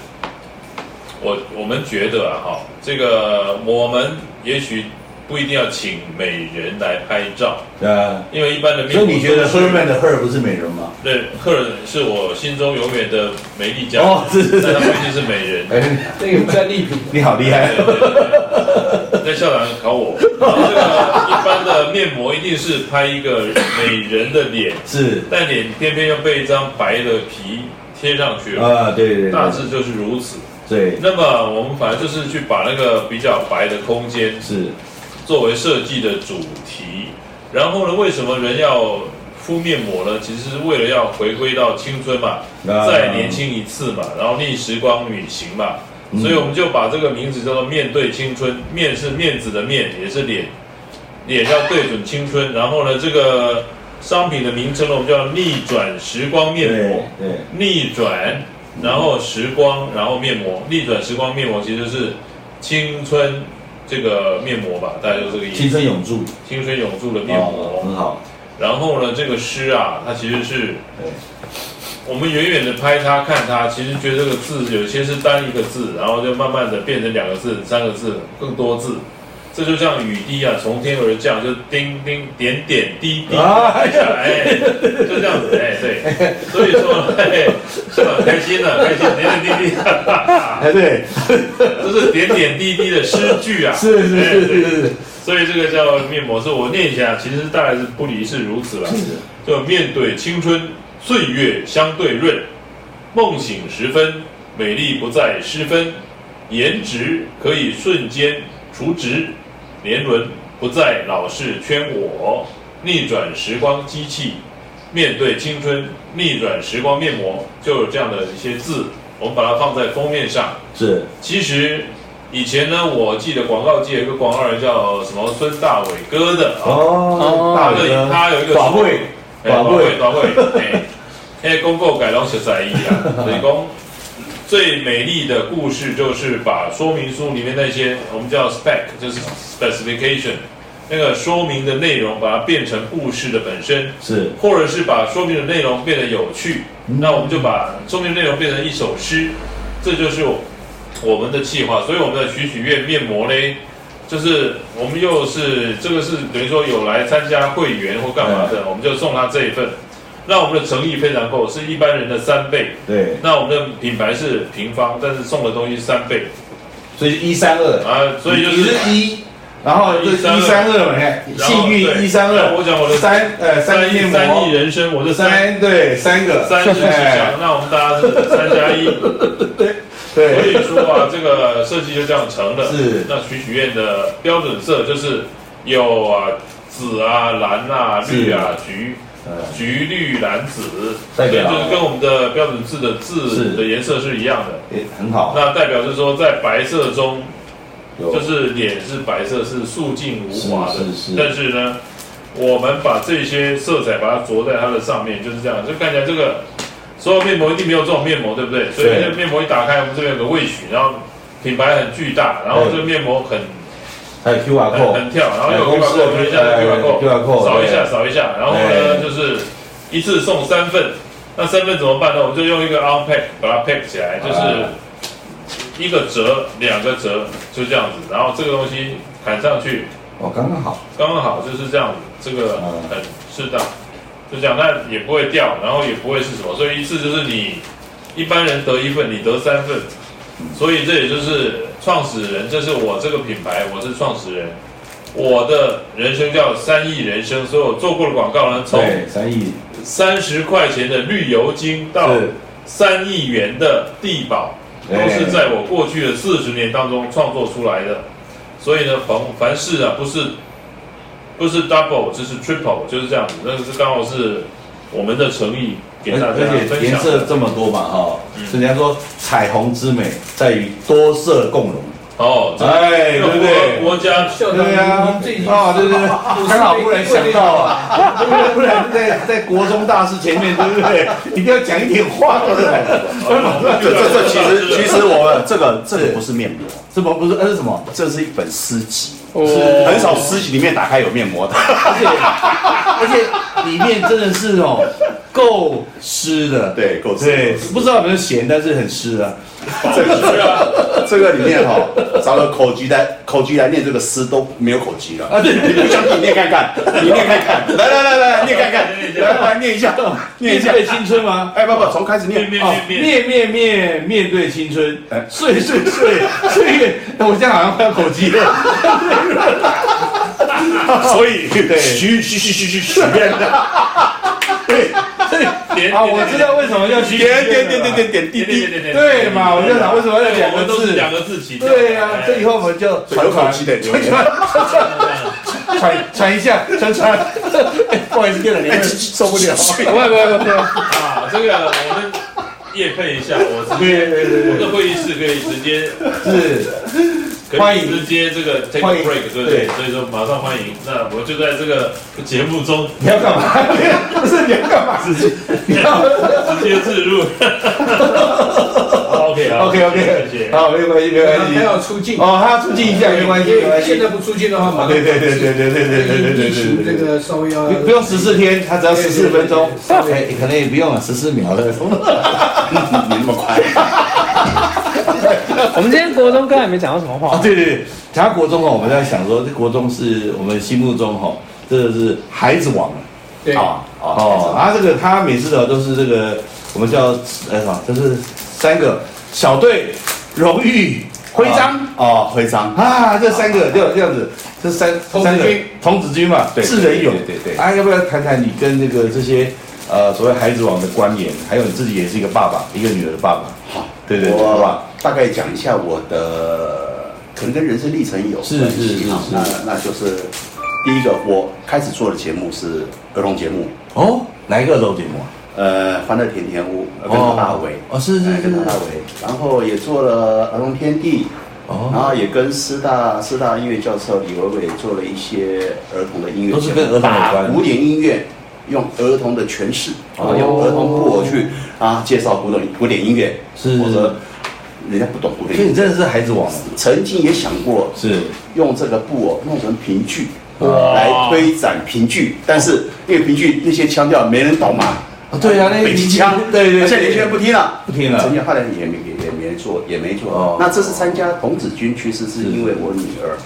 [SPEAKER 4] 我我们觉得啊，哈，这个我们也许不一定要请美人来拍照，
[SPEAKER 3] 呃，
[SPEAKER 4] 因为一般的面
[SPEAKER 3] 所
[SPEAKER 4] 膜
[SPEAKER 3] 以你觉得
[SPEAKER 4] 都是
[SPEAKER 3] Herman 的 Her 不是美人吗？
[SPEAKER 4] 对，客人是我心中永远的美丽佳人，
[SPEAKER 3] 哦是是是
[SPEAKER 4] 但他不一定是美人。
[SPEAKER 3] 哎，
[SPEAKER 6] 那个战利品，
[SPEAKER 3] 你好厉害
[SPEAKER 4] 对！对对对在校长考我，然后这个一般的面膜一定是拍一个美人的脸，
[SPEAKER 3] 是
[SPEAKER 4] 但脸偏偏又被一张白的皮贴上去了，
[SPEAKER 3] 啊，对对
[SPEAKER 4] 大
[SPEAKER 3] 对
[SPEAKER 4] 致就是如此。
[SPEAKER 3] 对，
[SPEAKER 4] 那么我们反正就是去把那个比较白的空间
[SPEAKER 3] 是
[SPEAKER 4] 作为设计的主题。然后呢，为什么人要敷面膜呢？其实是为了要回归到青春嘛，
[SPEAKER 3] 啊
[SPEAKER 4] 再年轻一次嘛，然后逆时光旅行嘛。
[SPEAKER 3] 嗯
[SPEAKER 4] 所以我们就把这个名字叫做“面对青春”，面是面子的面，也是脸，脸要对准青春。然后呢，这个商品的名称呢，我们叫逆转时光面膜
[SPEAKER 3] 对。对
[SPEAKER 4] 逆转，然后时光，然后面膜，逆转时光面膜其实就是青春这个面膜吧，大概就是这个意思。
[SPEAKER 3] 青春永驻，
[SPEAKER 4] 青春永驻的面
[SPEAKER 3] 哦，很
[SPEAKER 4] 膜。
[SPEAKER 3] 好，
[SPEAKER 4] 然后呢，这个诗啊，它其实是
[SPEAKER 3] 对
[SPEAKER 4] 我们远远的拍它看它，其实觉得这个字有些是单一个字，然后就慢慢的变成两个字、三个字、更多字。这就像雨滴啊，从天而降，就叮叮点点滴滴
[SPEAKER 3] 啊
[SPEAKER 4] 滴下来，哎就这样子，哎，对，所以说，哎，是吧？开心了，开心，点点滴滴，哈哈哈
[SPEAKER 3] 哎对，
[SPEAKER 4] 这是点点滴滴的诗句啊，
[SPEAKER 3] 是是
[SPEAKER 4] 哎
[SPEAKER 3] 是是
[SPEAKER 4] 对
[SPEAKER 3] 是，
[SPEAKER 4] 所以这个叫面膜，是我念一下，其实大概是不离是如此了。就面对青春，岁月相对润，梦醒时分，美丽不再失分，颜值可以瞬间除值，年轮不再老是圈我，逆转时光机器，面对青春，逆转时光面膜，就有这样的一些字，我们把它放在封面上。
[SPEAKER 3] 是
[SPEAKER 4] 其实以前呢，我记得广告界有一个广告人叫什么孙大伟哥的啊，
[SPEAKER 3] 哦，大
[SPEAKER 4] 他有
[SPEAKER 3] 哥，
[SPEAKER 4] 他有一个
[SPEAKER 3] 广汇，
[SPEAKER 4] 哎
[SPEAKER 3] 广汇
[SPEAKER 4] 广汇，广汇哎，哎，公告改良实在意啊，所以讲最美丽的故事就是把说明书里面那些我们叫 spec，就是 specification 那个说明的内容，把它变成故事的本身。
[SPEAKER 3] 是
[SPEAKER 4] 或者是把说明的内容变得有趣，
[SPEAKER 3] 嗯
[SPEAKER 4] 那我们就把说明内容变成一首诗，这就是我我们的计划。所以我们的许许愿面膜呢，就是我们又是这个是等于说有来参加会员或干嘛的，
[SPEAKER 3] 嗯
[SPEAKER 4] 我们就送他这一份。那我们的诚意非常够，是一般人的三倍。
[SPEAKER 3] 对，
[SPEAKER 4] 那我们的品牌是平方，但是送的东西是三倍
[SPEAKER 3] 所以一三二，
[SPEAKER 4] 啊，所以就
[SPEAKER 3] 你
[SPEAKER 4] 是
[SPEAKER 3] 是一，然后这一三二嘛，你看
[SPEAKER 4] 然后
[SPEAKER 3] 幸运
[SPEAKER 4] 对
[SPEAKER 3] 一三
[SPEAKER 4] 然后
[SPEAKER 3] 二，
[SPEAKER 4] 我讲我的
[SPEAKER 3] 三呃三个面
[SPEAKER 4] 亿三亿
[SPEAKER 3] 膜，
[SPEAKER 4] 人生，我的三
[SPEAKER 3] 三对三个，
[SPEAKER 4] 三是吉
[SPEAKER 3] 哎
[SPEAKER 4] 祥，那我们大家是三加一。所
[SPEAKER 3] 对
[SPEAKER 4] 以说啊，这个设计就这样成了。
[SPEAKER 3] 是
[SPEAKER 4] 那许许愿的标准色就是有啊紫啊蓝啊
[SPEAKER 3] 是
[SPEAKER 4] 绿啊橘，
[SPEAKER 3] 呃
[SPEAKER 4] 橘绿蓝紫，
[SPEAKER 3] 代表
[SPEAKER 4] 所以就是跟我们的标准字的
[SPEAKER 3] 是
[SPEAKER 4] 字的颜色是一样的。
[SPEAKER 3] 也很好，
[SPEAKER 4] 那代表是说，在白色中，
[SPEAKER 3] 有
[SPEAKER 4] 就是脸是白色，是素净无华的。
[SPEAKER 3] 是是是
[SPEAKER 4] 但是呢，我们把这些色彩把它着在它的上面，就是这样。就看起来这个所有面膜一定没有这种面膜，对不对？所以
[SPEAKER 3] 对
[SPEAKER 4] 这个面膜一打开，我们这边有个味许，然后品牌很巨大，然后
[SPEAKER 3] 对
[SPEAKER 4] 这个面膜很
[SPEAKER 3] 还有 QR
[SPEAKER 4] 很
[SPEAKER 3] code，
[SPEAKER 4] 很跳，然后又
[SPEAKER 3] 哎
[SPEAKER 4] 有
[SPEAKER 3] 公
[SPEAKER 4] QR
[SPEAKER 3] 司的
[SPEAKER 4] code，人家的
[SPEAKER 3] 哎
[SPEAKER 4] QR
[SPEAKER 3] QR code，哎
[SPEAKER 4] code，扫一下
[SPEAKER 3] 对
[SPEAKER 4] 扫一下，然后呢
[SPEAKER 3] 哎
[SPEAKER 4] 就是一次送三份，那三分怎么办呢？我们就用一个 unpack 把它 pack 起
[SPEAKER 3] 哎
[SPEAKER 4] 来，就是一个折，两个折，就这样子。然后这个东西砍上去，
[SPEAKER 3] 哦，刚刚好，
[SPEAKER 4] 刚刚好就是这样子，这个
[SPEAKER 3] 嗯
[SPEAKER 4] 很适当，就这样，那也不会掉，然后也不会是什么，所以一次就是你一般人得一份，你得三份，
[SPEAKER 3] 嗯
[SPEAKER 4] 所以这也就是创始人，这是我这个品牌，我是创始人，我的人生叫三亿人生，所以我做过的广告呢，从
[SPEAKER 3] 对，三亿
[SPEAKER 4] 三十块钱的绿油精到
[SPEAKER 3] 是
[SPEAKER 4] 三亿元的地保，都
[SPEAKER 3] 哎
[SPEAKER 4] 是在我过去的四十年当中创作出来的。所以呢，凡凡事啊，不是不是 double 就是 triple，就是这样子。那个是刚好是我们的诚意给
[SPEAKER 3] 而
[SPEAKER 4] 大家
[SPEAKER 3] 而且
[SPEAKER 4] 分
[SPEAKER 3] 颜
[SPEAKER 4] 享
[SPEAKER 3] 色
[SPEAKER 4] 的。
[SPEAKER 3] 这么多嘛，哈、
[SPEAKER 4] 嗯
[SPEAKER 3] 所以人家说彩虹之美在于多色共融，
[SPEAKER 4] 哦，这
[SPEAKER 3] 哎，对
[SPEAKER 4] 这个
[SPEAKER 3] 不
[SPEAKER 4] 国
[SPEAKER 3] 对？啊
[SPEAKER 4] 国家
[SPEAKER 6] 校长，
[SPEAKER 3] 对呀
[SPEAKER 6] 您这一，
[SPEAKER 3] 啊，对对对，刚好忽然想到啊，不然不然在在国中大师前面，对不对？一定要讲一点话出来，
[SPEAKER 4] 哦
[SPEAKER 5] 这这这其实其实我们这个这个不是面膜，
[SPEAKER 3] 什么不是？那是什么？
[SPEAKER 5] 这是一本诗集，
[SPEAKER 2] 哦
[SPEAKER 5] 很少诗集里面打开有面膜的。
[SPEAKER 3] 而且而且里面真的是哦，够湿的，
[SPEAKER 5] 对，够
[SPEAKER 3] 对
[SPEAKER 5] 吃。，
[SPEAKER 3] 不知道有没有咸，但是很湿啊。
[SPEAKER 5] 这个这个里面哈，找个口诀来口诀来念这个诗都没有口诀了。
[SPEAKER 3] 啊，对，
[SPEAKER 5] 你不相信你念看看，你念看看，来来来来念看看，来来念一下，念一
[SPEAKER 3] 面
[SPEAKER 5] 下。
[SPEAKER 3] 对青春吗？
[SPEAKER 5] 哎，不不，从开始
[SPEAKER 4] 面
[SPEAKER 5] 念。
[SPEAKER 4] 面
[SPEAKER 3] 哦，
[SPEAKER 4] 面面，
[SPEAKER 3] 面面面面对青春
[SPEAKER 5] 哎，
[SPEAKER 3] 岁岁岁岁月，我这样好像快要口疾了。
[SPEAKER 5] 所以
[SPEAKER 3] 对
[SPEAKER 5] 许许许许许许愿的，对，
[SPEAKER 4] 点
[SPEAKER 3] 啊，我知道为什么要许
[SPEAKER 5] 点点点点点点滴
[SPEAKER 4] 点点
[SPEAKER 5] 滴，
[SPEAKER 4] 点点，
[SPEAKER 3] 对嘛，我就想为什么要两
[SPEAKER 4] 我们
[SPEAKER 3] 个
[SPEAKER 4] 都是
[SPEAKER 3] 字
[SPEAKER 4] 两？个字起跳。
[SPEAKER 3] 对啊
[SPEAKER 4] 哎，
[SPEAKER 3] 这以后我们就
[SPEAKER 5] 所以
[SPEAKER 3] 传
[SPEAKER 5] 有口
[SPEAKER 3] 传
[SPEAKER 5] 气的，有口
[SPEAKER 3] 传
[SPEAKER 5] 气
[SPEAKER 3] 传传传一下，传传。 哎不好意思，电脑连
[SPEAKER 5] 哎受不了。
[SPEAKER 2] 不会不会不会，
[SPEAKER 4] 啊，这个我们夜配一下，我直接。
[SPEAKER 3] 对对对
[SPEAKER 4] 我们的会议室可以直接
[SPEAKER 3] 对，是
[SPEAKER 4] 可
[SPEAKER 3] 欢
[SPEAKER 4] 以
[SPEAKER 3] 迎
[SPEAKER 4] 直接这个 take
[SPEAKER 3] 欢
[SPEAKER 4] a
[SPEAKER 3] 迎
[SPEAKER 4] break，对不对？
[SPEAKER 3] 对
[SPEAKER 4] 所以说马上欢迎。那我就在这个节目中
[SPEAKER 3] 你要干嘛？ 不是你要干嘛？你要
[SPEAKER 4] 直接置入。好 OK 啊
[SPEAKER 3] OK
[SPEAKER 4] 谢谢
[SPEAKER 3] OK，。好，没关系没关
[SPEAKER 6] 他
[SPEAKER 3] 系。
[SPEAKER 6] 要出镜。
[SPEAKER 3] 哦，他要出镜一下，没关系
[SPEAKER 6] 因为
[SPEAKER 3] 没关系
[SPEAKER 6] 哎现。在不出镜的话，马上
[SPEAKER 3] 对对对对对对对对对对
[SPEAKER 6] 疫情
[SPEAKER 3] 对
[SPEAKER 6] 这个稍微要
[SPEAKER 3] 不不用十四天，他只要十四分钟，
[SPEAKER 6] 对对
[SPEAKER 3] 哎，可能也不用了，十四秒了。
[SPEAKER 5] 你那么快，
[SPEAKER 2] 我们今天国中哥还没讲到什么
[SPEAKER 3] 啊，
[SPEAKER 2] 话，
[SPEAKER 3] 对对对，讲到国中哦，我们在想说，这国中是我们心目中哈，这个是孩子王
[SPEAKER 6] 对
[SPEAKER 5] 啊
[SPEAKER 3] 哦，他这个他每次的都是这个我们叫呃什么，就是三个小队荣誉徽章
[SPEAKER 5] 哦，徽章，
[SPEAKER 3] 啊，这三个就这样子，这三
[SPEAKER 6] 童子
[SPEAKER 3] 三个
[SPEAKER 6] 军
[SPEAKER 3] 童子军嘛，
[SPEAKER 5] 对
[SPEAKER 3] 智人勇，
[SPEAKER 5] 对对对对
[SPEAKER 3] 啊，要不要谈谈你跟那个这些呃所谓孩子王的关联，还有你自己也是一个爸爸，一个女儿的爸爸，好，对对对，好吧
[SPEAKER 5] 我。大概讲一下我的，可能跟人生历程有
[SPEAKER 3] 是
[SPEAKER 5] 关
[SPEAKER 3] 是
[SPEAKER 5] 系
[SPEAKER 3] 是
[SPEAKER 5] 啊
[SPEAKER 3] 是。
[SPEAKER 5] 那那就是第一个，我开始做的节目是儿童节目，
[SPEAKER 3] 哦，哪一个露节目啊？
[SPEAKER 5] 呃，欢乐甜甜屋，呃跟陶大伟，
[SPEAKER 3] 哦是是
[SPEAKER 5] 哎跟
[SPEAKER 3] 是
[SPEAKER 5] 陶大伟，然后也做了儿童天地，然
[SPEAKER 3] 哦，
[SPEAKER 5] 后也跟师大师大音乐教授李伟伟做了一些儿童的音乐节目，
[SPEAKER 3] 都是跟儿童有
[SPEAKER 5] 把
[SPEAKER 3] 关
[SPEAKER 5] 古典音乐用儿童的诠释，啊
[SPEAKER 3] 哦，
[SPEAKER 5] 用儿童布偶去啊介绍古典古典音乐，
[SPEAKER 3] 是
[SPEAKER 5] 否则人家不懂古典
[SPEAKER 3] 所以
[SPEAKER 5] 音
[SPEAKER 3] 你
[SPEAKER 5] 乐。
[SPEAKER 3] 真的是孩子王，啊
[SPEAKER 5] 曾经也想过
[SPEAKER 3] 是
[SPEAKER 5] 用这个布偶弄成评剧，
[SPEAKER 4] 哇
[SPEAKER 5] 来推展评剧，但是因为评剧那些腔调没人懂嘛，
[SPEAKER 3] 啊，对啊，那
[SPEAKER 5] 北极腔，
[SPEAKER 3] 对对，
[SPEAKER 5] 现在年轻人不听了，
[SPEAKER 3] 不听了
[SPEAKER 5] 曾经后来也没也也没人做，也没做。
[SPEAKER 3] 哦
[SPEAKER 5] 那这次参加童子军，其实是因为我女儿，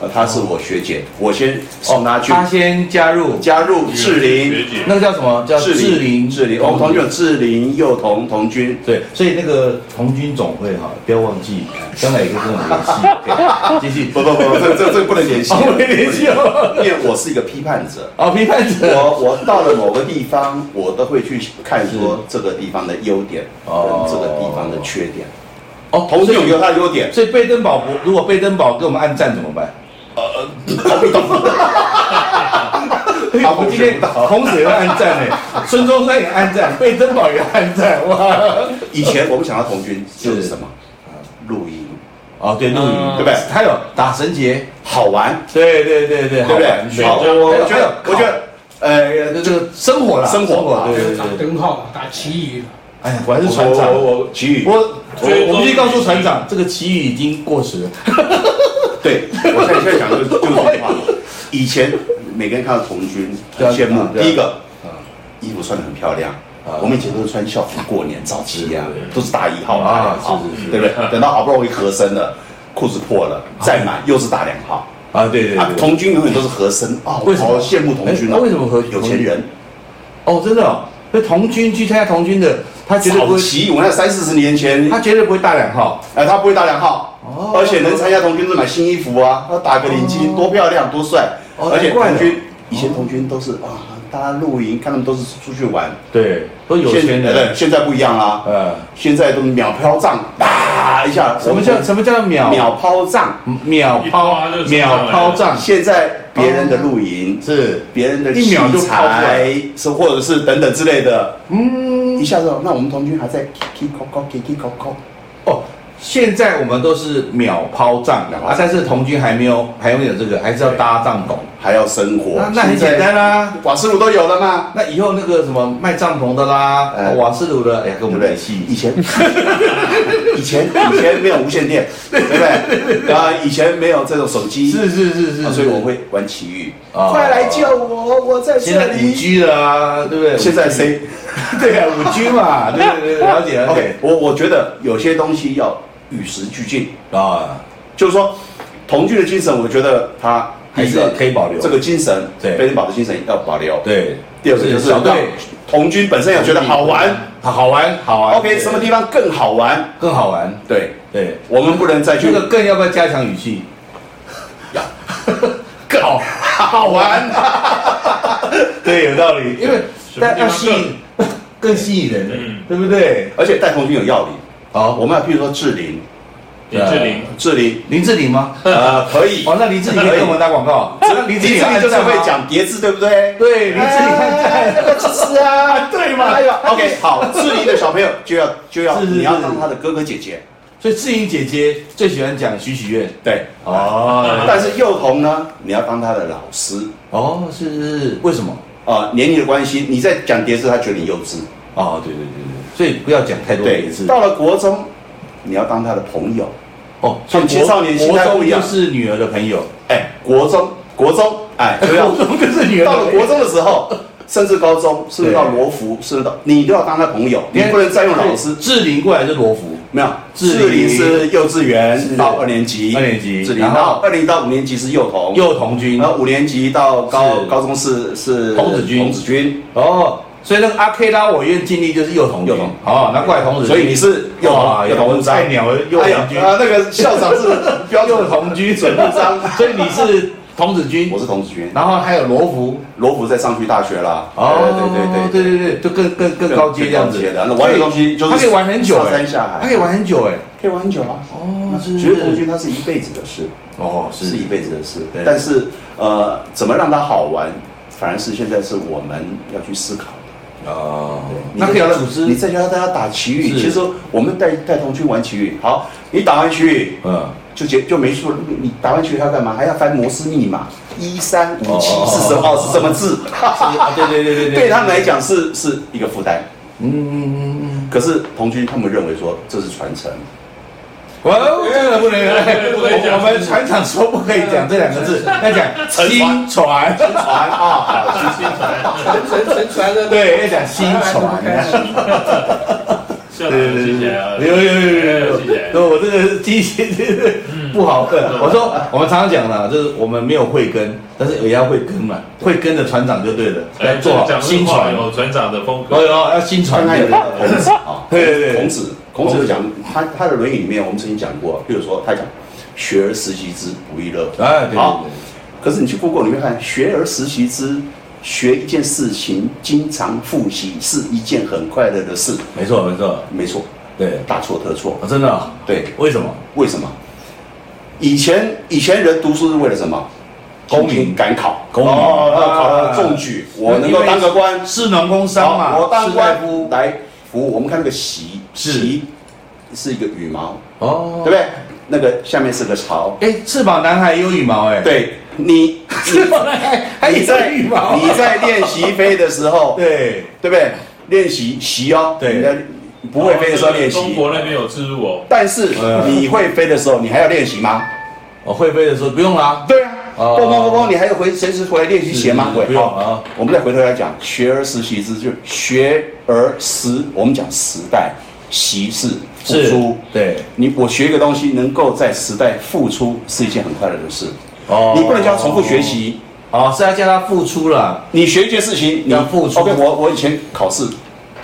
[SPEAKER 5] 呃，她是我学姐，我先送她去
[SPEAKER 3] 哦他哦先加入
[SPEAKER 5] 加入志
[SPEAKER 4] 学
[SPEAKER 5] 玲，
[SPEAKER 4] 姐，
[SPEAKER 3] 那个叫什么叫志玲
[SPEAKER 5] 志玲，哦我们同军有志玲幼童童军，
[SPEAKER 3] 对，所以那个童军总会哈，不要忘记，将来也可以跟我们联 系，继续
[SPEAKER 5] 不不不不，这这这不能联系，啊
[SPEAKER 3] 哦 不能联系哦
[SPEAKER 5] 因为我是一个批判者。
[SPEAKER 3] 哦，批判者
[SPEAKER 5] 我我到了某个地方，我都会去看说这个地方的优点跟
[SPEAKER 3] 哦
[SPEAKER 5] 这个地方的缺点。
[SPEAKER 3] 哦，
[SPEAKER 5] 童军有它的优点，
[SPEAKER 3] 所以贝登堡不，如果贝登堡给我们按赞怎么办？
[SPEAKER 5] 呃
[SPEAKER 3] 呃， 我们今天洪水要按赞呢，孙中山也按赞，贝登堡也按赞， 哇！
[SPEAKER 5] 以前我们想要童军就是
[SPEAKER 3] 是
[SPEAKER 5] 什么？录音
[SPEAKER 3] 哦，对，露营
[SPEAKER 2] 嗯
[SPEAKER 5] 对不对
[SPEAKER 3] 还有打绳结，
[SPEAKER 5] 好玩，
[SPEAKER 3] 对对对对，
[SPEAKER 5] 对不对？好，我我觉得，我觉得，呃，
[SPEAKER 3] 这个生活啦，
[SPEAKER 5] 生活
[SPEAKER 3] 对对
[SPEAKER 6] 打
[SPEAKER 3] 对对。
[SPEAKER 6] 灯号打旗语了。
[SPEAKER 3] 哎呀，我还是船长，我
[SPEAKER 5] 我我奇遇，
[SPEAKER 3] 我我必须告诉船长，这个奇遇已经过时了。
[SPEAKER 5] 对我现在现在讲的就是就是这句话。以前每个人看到童军很羡慕，第一个衣服穿的很漂亮，
[SPEAKER 3] 嗯啊
[SPEAKER 5] 我们以前都是穿校服过年，早期呀、
[SPEAKER 3] 是
[SPEAKER 5] 都是大一号
[SPEAKER 3] 啊
[SPEAKER 5] 大两号
[SPEAKER 3] 是是，是
[SPEAKER 5] 对不对？等到好不容易合身了，裤子破了，再买又是大两号。
[SPEAKER 3] 啊，对对
[SPEAKER 5] 啊
[SPEAKER 3] 对，，
[SPEAKER 5] 童军永远都是合身哦，
[SPEAKER 3] 为什么
[SPEAKER 5] 好羡慕童军啊
[SPEAKER 3] 哎？为什么和
[SPEAKER 5] 有钱人？
[SPEAKER 3] 哦，真的哦，那童军去参加童军的，他绝对不
[SPEAKER 5] 早
[SPEAKER 3] 会，
[SPEAKER 5] 期我那三四十年前，
[SPEAKER 3] 他绝对不会大两号。
[SPEAKER 5] 哎，他不会打两号，
[SPEAKER 3] 哦
[SPEAKER 5] 而且能参加童军都买新衣服啊，他打个领巾多漂亮多帅，
[SPEAKER 3] 哦
[SPEAKER 5] 而且
[SPEAKER 3] 难怪哦
[SPEAKER 5] 童
[SPEAKER 3] 了
[SPEAKER 5] 军以前童军都是啊，大家露营，看他们都是出去玩，
[SPEAKER 3] 对，都有钱
[SPEAKER 5] 现在
[SPEAKER 3] 人
[SPEAKER 5] 对，。现在不一样啦，
[SPEAKER 3] 呃，
[SPEAKER 5] 现在都秒飘仗，啪一下，
[SPEAKER 3] 什么叫什么叫秒
[SPEAKER 5] 秒抛仗？
[SPEAKER 3] 秒抛
[SPEAKER 4] 一发就冲
[SPEAKER 3] 秒
[SPEAKER 4] 上来
[SPEAKER 3] 哎
[SPEAKER 4] 了
[SPEAKER 3] 抛仗？
[SPEAKER 5] 现在别人的露营，
[SPEAKER 3] 哦是
[SPEAKER 5] 别人的
[SPEAKER 3] 一秒就
[SPEAKER 5] 器
[SPEAKER 3] 抛出来
[SPEAKER 5] 材，是或者是等等之类的，嗯，一下子哦，那我们童军还在 kiki koko kiki koko，
[SPEAKER 3] 哦，现在我们都是秒抛仗的啊，但是童军还没有还没有这个，还是要搭帐篷。
[SPEAKER 5] 还要生活
[SPEAKER 3] 那，那很
[SPEAKER 5] 现在
[SPEAKER 3] 简单啦、
[SPEAKER 5] 瓦斯炉都有了嘛。
[SPEAKER 3] 那以后那个什么卖帐篷的啦，
[SPEAKER 5] 哎
[SPEAKER 3] 瓦斯炉的，哎呀，跟我
[SPEAKER 5] 对不
[SPEAKER 3] 们
[SPEAKER 5] 对
[SPEAKER 3] 联？系
[SPEAKER 5] 以前， 以前，以前没有无线电，对不对？啊，以前没有这种手机，
[SPEAKER 3] 是是是是，
[SPEAKER 5] 啊所以我会玩奇遇。
[SPEAKER 3] 啊
[SPEAKER 5] 快来救我，我在
[SPEAKER 3] 现
[SPEAKER 5] 这
[SPEAKER 3] 在五
[SPEAKER 5] 里。
[SPEAKER 3] G 了啊，对不对？
[SPEAKER 5] 现在谁？
[SPEAKER 3] 对啊，五 G 嘛，对对对，了解了解
[SPEAKER 5] OK，我我觉得有些东西要与时俱进，
[SPEAKER 3] 啊，
[SPEAKER 5] 就是说，同居的精神，我觉得它
[SPEAKER 3] 还是可以保留
[SPEAKER 5] 这个精神，
[SPEAKER 3] 对
[SPEAKER 5] 非人保的精神要保留。
[SPEAKER 3] 对。
[SPEAKER 5] 第二个就是
[SPEAKER 3] 小
[SPEAKER 5] 让
[SPEAKER 3] 队
[SPEAKER 5] 同居本身要觉得好玩。
[SPEAKER 3] 好好玩，好玩。
[SPEAKER 5] OK，什么地方更好玩？
[SPEAKER 3] 更好玩？
[SPEAKER 5] 对，
[SPEAKER 3] 对，
[SPEAKER 5] 我们不能再
[SPEAKER 3] 这
[SPEAKER 5] 去
[SPEAKER 3] 个更要不要加强语气？
[SPEAKER 5] 更好好玩。
[SPEAKER 3] 对，有道理，因为
[SPEAKER 4] 什么
[SPEAKER 3] 但
[SPEAKER 4] 地方
[SPEAKER 3] 要吸引， 更吸引人
[SPEAKER 4] 嗯，
[SPEAKER 3] 对不对？
[SPEAKER 5] 而且带童军有要领，
[SPEAKER 3] 好，
[SPEAKER 5] 我们要譬如说志玲，
[SPEAKER 4] 林志玲，
[SPEAKER 5] 志玲
[SPEAKER 3] 林志玲吗？
[SPEAKER 5] 呃可以，
[SPEAKER 3] 哦，那林志玲可以跟我们打广 告。那林
[SPEAKER 5] 林
[SPEAKER 3] 志
[SPEAKER 5] 志
[SPEAKER 3] 玲
[SPEAKER 5] 玲就是
[SPEAKER 3] 按赞吗
[SPEAKER 5] 会，讲哎叠字，对不对？
[SPEAKER 3] 对，林志玲按赞
[SPEAKER 5] 那个就是啊，对
[SPEAKER 3] 嘛
[SPEAKER 5] 哎呀，OK，好，志玲的小朋友就要就要
[SPEAKER 3] 是是
[SPEAKER 5] 你要
[SPEAKER 3] 是
[SPEAKER 5] 当他的哥哥姐姐，
[SPEAKER 3] 所以志玲姐姐最喜欢讲许许愿。
[SPEAKER 5] 对。
[SPEAKER 3] 哦
[SPEAKER 5] 但是幼童呢，你要当他的老师
[SPEAKER 3] 哦，是是，为什么？
[SPEAKER 5] 啊，年龄的关系，你在讲叠字，他觉得你幼稚。
[SPEAKER 3] 哦，对对对对，所以不要讲太多
[SPEAKER 5] 对
[SPEAKER 3] 名字，。
[SPEAKER 5] 到了国中，你要当他的朋友。
[SPEAKER 3] 哦，
[SPEAKER 5] 他们青少年心态不一
[SPEAKER 3] 国中
[SPEAKER 5] 样
[SPEAKER 3] 就是女儿的朋友，
[SPEAKER 5] 哎，国中，国中，哎， 对要
[SPEAKER 3] 国中就是女儿
[SPEAKER 5] 到
[SPEAKER 3] 的
[SPEAKER 5] 了
[SPEAKER 3] 朋友
[SPEAKER 5] 国。中的时候，甚至高中，甚至到
[SPEAKER 3] 对
[SPEAKER 5] 罗浮，甚至到你都要当他朋友，你不能再用老师。
[SPEAKER 3] 志玲过来是罗浮，
[SPEAKER 5] 没有，
[SPEAKER 3] 志
[SPEAKER 5] 志
[SPEAKER 3] 玲
[SPEAKER 5] 玲是幼稚
[SPEAKER 3] 是
[SPEAKER 5] 园到二年级，
[SPEAKER 3] 二年级
[SPEAKER 5] 志玲，
[SPEAKER 3] 然后
[SPEAKER 5] 然后二年级到五年级是幼童，
[SPEAKER 3] 幼童军
[SPEAKER 5] 然。后五年级到高
[SPEAKER 3] 是
[SPEAKER 5] 高中是是
[SPEAKER 3] 童子军
[SPEAKER 5] 童子军，
[SPEAKER 3] 哦，所以那个阿 K 拉我愿尽力就是幼童军
[SPEAKER 5] 幼童。
[SPEAKER 3] 哦，难怪童子军。
[SPEAKER 5] 所以你是幼
[SPEAKER 3] 哇
[SPEAKER 5] 童幼童文章
[SPEAKER 3] 菜，鸟的幼
[SPEAKER 5] 哎呀
[SPEAKER 3] 童军，
[SPEAKER 5] 啊，那个校长是标
[SPEAKER 3] 幼
[SPEAKER 5] 准
[SPEAKER 3] 童军
[SPEAKER 5] 准文章，
[SPEAKER 3] 所以你是童子军
[SPEAKER 5] 我，是童子军，
[SPEAKER 3] 然后还有罗浮。
[SPEAKER 5] 罗浮在上去大学啦，
[SPEAKER 3] 哦，对对对对，就更更更高阶这样子
[SPEAKER 5] 更高阶的那玩的东西就是
[SPEAKER 3] 他可以玩很久
[SPEAKER 5] 上
[SPEAKER 3] 哎
[SPEAKER 5] 山下海，
[SPEAKER 3] 他可以玩很久哎。
[SPEAKER 5] 可以玩很久啊。
[SPEAKER 3] 哦，
[SPEAKER 5] 其实童军它是一辈子的事，
[SPEAKER 3] 哦，
[SPEAKER 5] 是一辈子的事
[SPEAKER 3] 对，
[SPEAKER 5] 但是呃，怎么让它好玩，反而是现在是我们要去思考的。
[SPEAKER 3] 哦
[SPEAKER 5] 对，
[SPEAKER 3] 那可以让组织
[SPEAKER 5] 你再教大家打棋遇，
[SPEAKER 3] 是
[SPEAKER 5] 其实我们带带同去玩棋遇，好，你打完棋遇
[SPEAKER 3] 嗯，
[SPEAKER 5] 就结就没数了，你你打完棋遇还要干嘛？还要翻摩斯密码，一三五七
[SPEAKER 3] 哦
[SPEAKER 5] 是什么？哦，是什么字？
[SPEAKER 3] 啊对对对对
[SPEAKER 5] 对他们来讲是是一个负担，
[SPEAKER 3] 嗯嗯嗯嗯。
[SPEAKER 5] 可是同居他们认为说这是传承，
[SPEAKER 3] 我这个不能，
[SPEAKER 4] 不可以
[SPEAKER 3] 我
[SPEAKER 4] 讲
[SPEAKER 3] 我们船长说不可以讲这两个字，要讲新船，
[SPEAKER 5] 传啊，
[SPEAKER 6] 传承承传的，
[SPEAKER 3] 对，要讲新
[SPEAKER 6] 从来
[SPEAKER 3] 船。
[SPEAKER 6] 还不开始
[SPEAKER 4] 校长有谢谢啊，
[SPEAKER 3] 有有有有有有
[SPEAKER 4] 谢谢，
[SPEAKER 3] 对，我这个记性真的不好笨。我说我们常常讲啦，就是我们没有慧根，但是也要慧根嘛，慧根的船长就对了，
[SPEAKER 4] 哎
[SPEAKER 3] 来做好
[SPEAKER 4] 讲
[SPEAKER 3] 新
[SPEAKER 4] 新话
[SPEAKER 3] 船
[SPEAKER 4] 以。后，船长的风
[SPEAKER 3] 哦
[SPEAKER 4] 格，
[SPEAKER 3] 哟，要新船
[SPEAKER 5] 刚刚有人讲孔子啊，
[SPEAKER 3] 对对对
[SPEAKER 5] 孔子，孔子讲他他的《论语》里面，我们曾经讲过，比如说他讲“学而时习之，不亦乐乎”，
[SPEAKER 3] 哎，对对
[SPEAKER 5] 好
[SPEAKER 3] 对，
[SPEAKER 5] 可是你去 Google 里面看，学而时习之，学一件事情，经常复习是一件很快乐的事。
[SPEAKER 3] 没错没错，
[SPEAKER 5] 没错，
[SPEAKER 3] 对，
[SPEAKER 5] 大错特错。
[SPEAKER 3] 哦真的哦，
[SPEAKER 5] 对，
[SPEAKER 3] 为什么？
[SPEAKER 5] 为什么？以前以前人读书是为了什么？
[SPEAKER 3] 功名
[SPEAKER 5] 进行赶考，
[SPEAKER 3] 功名
[SPEAKER 5] 哦，要考
[SPEAKER 3] 啊
[SPEAKER 5] 到中举，我能够当个官，
[SPEAKER 3] 士农工商嘛，
[SPEAKER 5] 好我当
[SPEAKER 3] 士大
[SPEAKER 5] 官
[SPEAKER 3] 夫
[SPEAKER 5] 来服务。我们看那个席，
[SPEAKER 3] 是
[SPEAKER 5] 席是一个羽毛，
[SPEAKER 3] 哦
[SPEAKER 5] 对不对？那个下面是个巢，
[SPEAKER 3] 哎，翅膀男孩有羽毛哎，，
[SPEAKER 5] 对你，
[SPEAKER 3] 翅膀男孩还
[SPEAKER 5] 你
[SPEAKER 3] 有
[SPEAKER 5] 在
[SPEAKER 3] 羽毛，
[SPEAKER 5] 你在练习飞的时 候，
[SPEAKER 3] 对，
[SPEAKER 5] 对不对？练习习哦，
[SPEAKER 3] 对哦
[SPEAKER 5] 你在不会飞的时候练
[SPEAKER 4] 中
[SPEAKER 5] 习，
[SPEAKER 4] 国那边有植入哦，
[SPEAKER 5] 但是
[SPEAKER 3] 嗯
[SPEAKER 5] 你会飞的时候，你还要练习吗？
[SPEAKER 3] 哦，会飞的时候不用啦，
[SPEAKER 5] 对啊，
[SPEAKER 3] 哦
[SPEAKER 5] 蹦蹦蹦蹦，你还有回随时回来练习写吗？
[SPEAKER 3] 是是
[SPEAKER 5] 会
[SPEAKER 3] 不用啊。
[SPEAKER 5] 我们再回头来讲，学而时习之，就是学而时，我们讲时代，习是付出。
[SPEAKER 3] 对，
[SPEAKER 5] 你我学一个东西，能够在时代付出，是一件很快乐的事。
[SPEAKER 3] 哦
[SPEAKER 5] 你不能叫他重复学，习。
[SPEAKER 3] 哦，是要叫他付出了，
[SPEAKER 5] 你学一件事情，你
[SPEAKER 3] 要付出
[SPEAKER 5] OK，我我以前考试